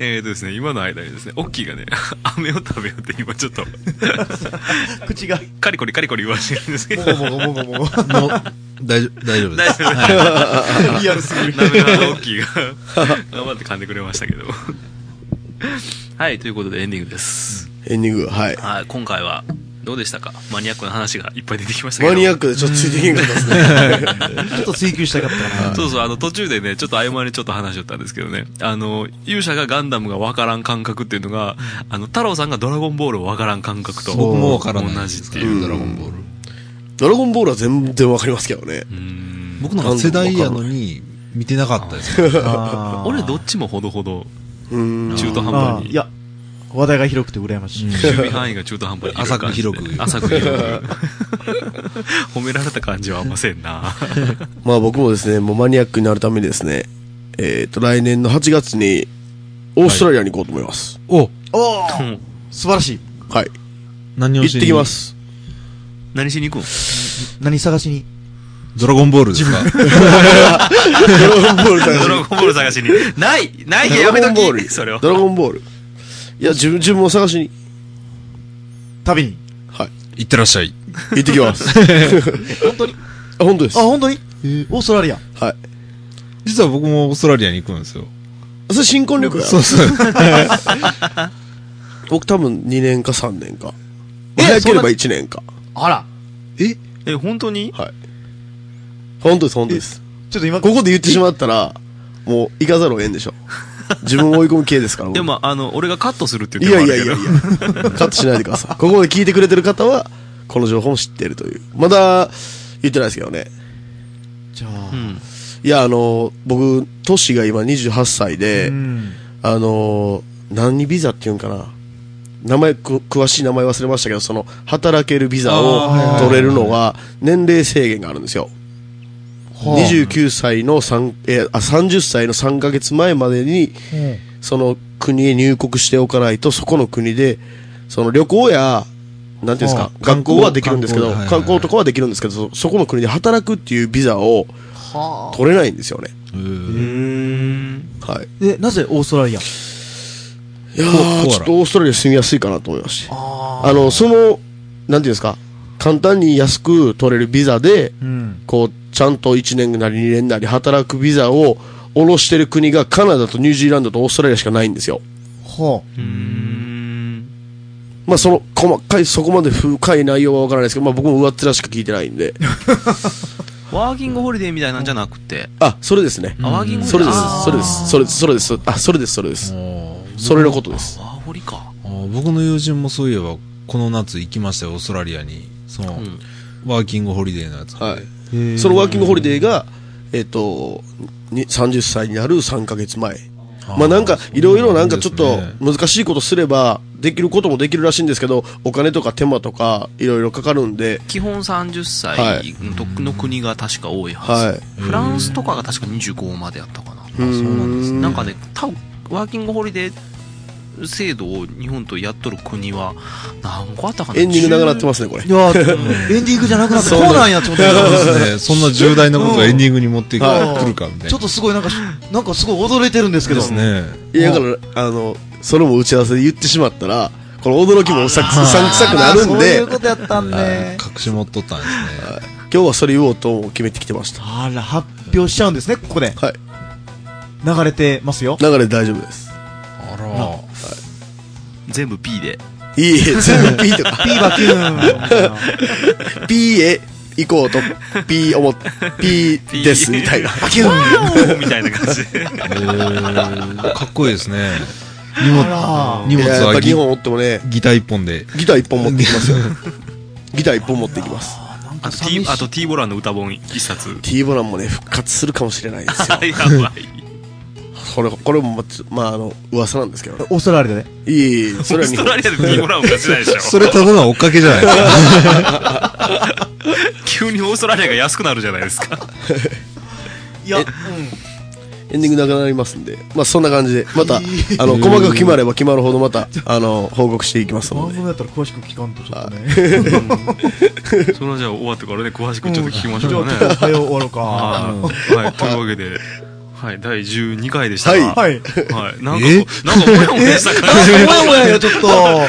Speaker 4: えーとですね、今の間にですね、オッキーがね、 飴を食べようって今ちょっと、
Speaker 5: 口が、
Speaker 4: カリコリカリコリ言わしてるんですけど
Speaker 5: も、ごもごもごもご。
Speaker 6: の大丈夫、大丈夫で
Speaker 4: 大
Speaker 6: す。
Speaker 4: 丈夫リアルすぎる。ダメなのオッキーが、頑張って噛んでくれましたけど。はい、ということでエンディングです。
Speaker 1: エンディング、はい。
Speaker 4: はい、今回は、どうでしたかマニアックな話がいっぱい出てきましたけど。
Speaker 1: マニアックでちょっとついていけんかったです ね。
Speaker 5: ちょっと追求したかったかな。
Speaker 4: そうそう、あの途中でね、ちょっと曖昧にちょっと話しよったんですけどね、あの、勇者がガンダムがわからん感覚っていうのが、あの、太郎さんがドラゴンボールをわからん感覚と、
Speaker 6: 僕もわからない。
Speaker 4: 同じっていう。
Speaker 6: ドラゴンボール。
Speaker 1: ドラゴンボールは全然わかりますけどね。
Speaker 4: うん
Speaker 6: 僕なんか世代やのに、見てなかったですね。
Speaker 5: あー
Speaker 4: 俺どっちもほどほど、
Speaker 1: うん。
Speaker 4: 中途半
Speaker 5: あ
Speaker 4: 端
Speaker 5: ー
Speaker 4: に。
Speaker 5: いや、話題が広くて羨ましい。
Speaker 4: 守備範囲が中途半端に
Speaker 6: 浅く広く
Speaker 4: 浅く広 く褒められた感じはあんませんな
Speaker 1: まあ僕もですね、もうマニアックになるためにですね、えっと、来年の8月に、オーストラリアに行こうと思います。
Speaker 6: お
Speaker 5: おー
Speaker 4: うん
Speaker 5: 素晴らしい。
Speaker 1: はい。
Speaker 6: 何を
Speaker 1: 行ってきます。
Speaker 4: 何しに行くん
Speaker 5: 何探しに
Speaker 6: ドラゴンボールですか
Speaker 1: ドラゴンボール探し
Speaker 4: ドラゴンボール探しに。ないないややめ
Speaker 1: ドラゴ
Speaker 4: と
Speaker 1: ンボール
Speaker 4: きそれを。
Speaker 1: ドラゴンボール。いや、自分、自分を探しに。
Speaker 5: 旅に。
Speaker 1: はい。
Speaker 6: 行ってらっしゃい。
Speaker 1: 行ってきます。
Speaker 5: 本当に
Speaker 1: あ本当です。
Speaker 5: あ、
Speaker 1: は
Speaker 5: 本当にオーストラリア。
Speaker 1: い。
Speaker 6: 実は僕もオーストラリアに行くんですよ。
Speaker 1: それ新婚旅行や。
Speaker 6: そう そう。
Speaker 1: 僕多分2年か3年か。早ければ1年か。
Speaker 5: あら。
Speaker 6: え
Speaker 4: え、本当に
Speaker 1: はい。本当です、本当です。
Speaker 5: ちょっと今、
Speaker 1: ここで言ってしまったら、もう行かざるを得んでしょ。自分を追い込む系ですから、僕
Speaker 4: でも、あの、俺がカットするって
Speaker 1: い
Speaker 4: 言っ
Speaker 1: や
Speaker 4: てもあ
Speaker 1: いや
Speaker 4: る
Speaker 1: い
Speaker 4: け
Speaker 1: や
Speaker 4: ど
Speaker 1: い。や、カットしないでください。ここで聞いてくれてる方は、この情報も知ってるという。まだ、言ってないですけどね。
Speaker 5: じゃ
Speaker 4: う
Speaker 5: あ。
Speaker 4: ん。
Speaker 1: いや、あの、僕、都市が今28歳で、
Speaker 5: うん。
Speaker 1: あの、何ビザっていうんかな。名前く、詳しい名前忘れましたけど、その、働けるビザ
Speaker 6: あーはいはいは
Speaker 1: を
Speaker 6: い
Speaker 1: 取れるのは、年齢制限があるんですよ。29歳の3、えーあ、30歳の3ヶ月前までに、その国へ入国しておかないと、そこの国で、その旅行や、なんていうんです
Speaker 6: は
Speaker 1: か、
Speaker 6: あ
Speaker 1: 学校はできるんですけど、
Speaker 6: 観光はいはい
Speaker 1: 観光とかはできるんですけど、そそこの国で働くっていうビザを取れないんですよね。はい。
Speaker 5: で、なぜオーストラリア
Speaker 1: いや
Speaker 6: コア
Speaker 1: ー、
Speaker 6: ラ
Speaker 1: ちょっとオーストラリア住みやすいかなと思いまして。あの、その、なんていうんですか、簡単に安く取れるビザで、
Speaker 5: うん。
Speaker 1: こう、ちゃんと1年なり2年なり働くビザを下ろしてる国がカナダとニュージーランドとオーストラリアしかないんですよ。
Speaker 5: は
Speaker 4: うん。
Speaker 1: まあその細かい、そこまで深い内容はわからないですけど、まあ僕も上っ面しか聞いてないん で。
Speaker 4: ワーキングホリデーみたいなんじゃなくて。
Speaker 1: あ、それですね。
Speaker 4: あワーキングホ
Speaker 1: そ
Speaker 4: リ
Speaker 1: れで
Speaker 4: デーあ
Speaker 1: す、それです、それです、それです。あ、それです、それです。それのことです。
Speaker 4: ワーホリか。
Speaker 6: あー僕の友人もそういえば、この夏行きましたよ、オーストラリアに。その、
Speaker 4: ん
Speaker 6: ワーキングホリデーのやつ。
Speaker 1: はい。
Speaker 5: あ。へえ
Speaker 1: そのワーキングホリデーが、えっ、と、に30歳になる3ヶ月前。まあなんか、いろいろなんかちょっと難しいことすれば、できることもできるらしいんですけど、お金とか手間とか、いろいろかかるんで、
Speaker 4: 基本30
Speaker 1: は
Speaker 4: 歳
Speaker 1: い
Speaker 4: のとの国が確か多いは
Speaker 1: は
Speaker 4: ず。フランスとかが確か25までやったかな。
Speaker 1: い。そうなんです
Speaker 4: なんかね、多分ワーキングホリデー制度を日本とやっとる国は、何個あったかな
Speaker 1: エンディング長なって
Speaker 4: ま
Speaker 1: ますね、これ
Speaker 5: い。やー、エンディングじゃなくなって、こうなんやと思って
Speaker 6: そうですね。そんな重大なことをエンディングに持ってく
Speaker 1: うん
Speaker 6: 来るかみたいな。
Speaker 5: ちょっとすごいなんか、なんかすごい驚いてるんですけど。
Speaker 6: ですね。
Speaker 1: いや、だから、あの、それも打ち合わせで言ってしまったら、この驚きもうさく、うさんくさくなるん
Speaker 5: あーそうい
Speaker 1: で
Speaker 5: う、ことやったん
Speaker 6: はい
Speaker 5: で。
Speaker 6: 隠し持っとったんですね。
Speaker 1: 今日はそれ言おうと決めてきてました。
Speaker 5: あら、発表しちゃうんですね、ここで。
Speaker 1: はい。
Speaker 5: 流れてますよ。
Speaker 1: 流れ大丈夫です。
Speaker 6: あら。
Speaker 4: 全部 P で。
Speaker 1: いいえ、全部 P とか。
Speaker 5: ピーバキューン。
Speaker 1: P へ行こうと、P 思っ、P ですみたいな。
Speaker 4: バキューンみたいな感じで。
Speaker 6: えーかっこいいですね。荷
Speaker 5: あ
Speaker 6: 物、荷
Speaker 1: いや
Speaker 6: 物
Speaker 1: やっ
Speaker 6: は
Speaker 1: ぱ
Speaker 6: ギ
Speaker 1: 日本おってもね、
Speaker 6: ギター一本で。
Speaker 1: ギター一本持ってきますよ。ギター一本持ってきます。
Speaker 5: なん
Speaker 4: あ
Speaker 5: か
Speaker 4: と
Speaker 5: 寂
Speaker 4: T,
Speaker 5: しい
Speaker 4: あと T ボランの歌本一冊。
Speaker 1: T ボランもね、復活するかもしれないですよ。
Speaker 4: やばい。
Speaker 1: これ、これもま、まあ、あの、噂なんですけどね。
Speaker 5: オーストラリアで。
Speaker 1: いい、いい、
Speaker 4: オ
Speaker 1: それは
Speaker 4: ース
Speaker 1: 日
Speaker 4: ト
Speaker 1: 本
Speaker 4: ラ。リアで T ボランを勝ちないでしょ。
Speaker 6: それただの追っかけじゃないですか。
Speaker 4: 急にオーストラリアが安くなるじゃないですか。
Speaker 5: いや、うん。
Speaker 1: エンディングなくなりますんで、まあ、そんな感じで、また、あの、細かく決まれば決まるほど、また、あの、報告していきますの
Speaker 5: 番
Speaker 1: で。
Speaker 5: 組だったら詳しく聞かんとちょっとね。
Speaker 4: それはじゃあ終わってからね、詳しくちょっと聞きまし
Speaker 5: じゃあち
Speaker 4: ょ
Speaker 5: ょ
Speaker 4: うかね
Speaker 5: っと。早終わろうか。
Speaker 4: はい。はい。というわけで、はい。第12回でした
Speaker 1: はい
Speaker 4: が。
Speaker 5: は
Speaker 4: は
Speaker 5: い。も
Speaker 4: い。なんかこう、なんかもやもやした感じ。
Speaker 5: やもやよ、ちょっと。は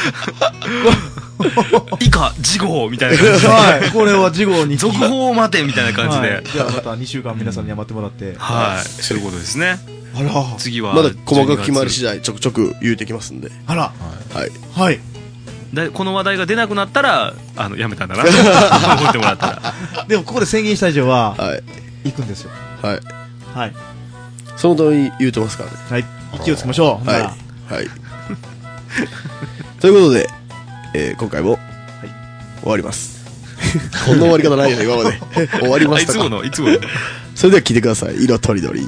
Speaker 4: 以下、事後みたいな感じで。
Speaker 5: い。これは事後に。
Speaker 4: 続報を待てみたいな感じ
Speaker 5: は
Speaker 4: で
Speaker 5: い。じゃあまた2週間皆さんには待ってもらって。
Speaker 4: はい。そういうことですね。
Speaker 5: あら。
Speaker 4: 次は。
Speaker 1: まだ細かく決まり
Speaker 4: 12
Speaker 1: 次第、ちょくちょく言うてきますんで。
Speaker 5: あら。
Speaker 1: はい。
Speaker 5: はい。
Speaker 4: 月だこの話題が出なくなったら、あの、やめた んだな。思ってもらったら。
Speaker 5: でもここで宣言した以上は、
Speaker 1: はい。
Speaker 5: 行くんですよ。
Speaker 1: はい。
Speaker 5: はい。
Speaker 1: その通り言うてますからね。
Speaker 5: はい。息をつきましょう。ほんなら
Speaker 1: はい。はい。ということで、えー今回も、終わります。 こんな終わり方ないよね、今まで。終わりま
Speaker 4: あ
Speaker 1: し
Speaker 4: い
Speaker 1: た
Speaker 4: つも
Speaker 1: か。
Speaker 4: の、いつもの。
Speaker 1: それでは聞いてください。色とりどり。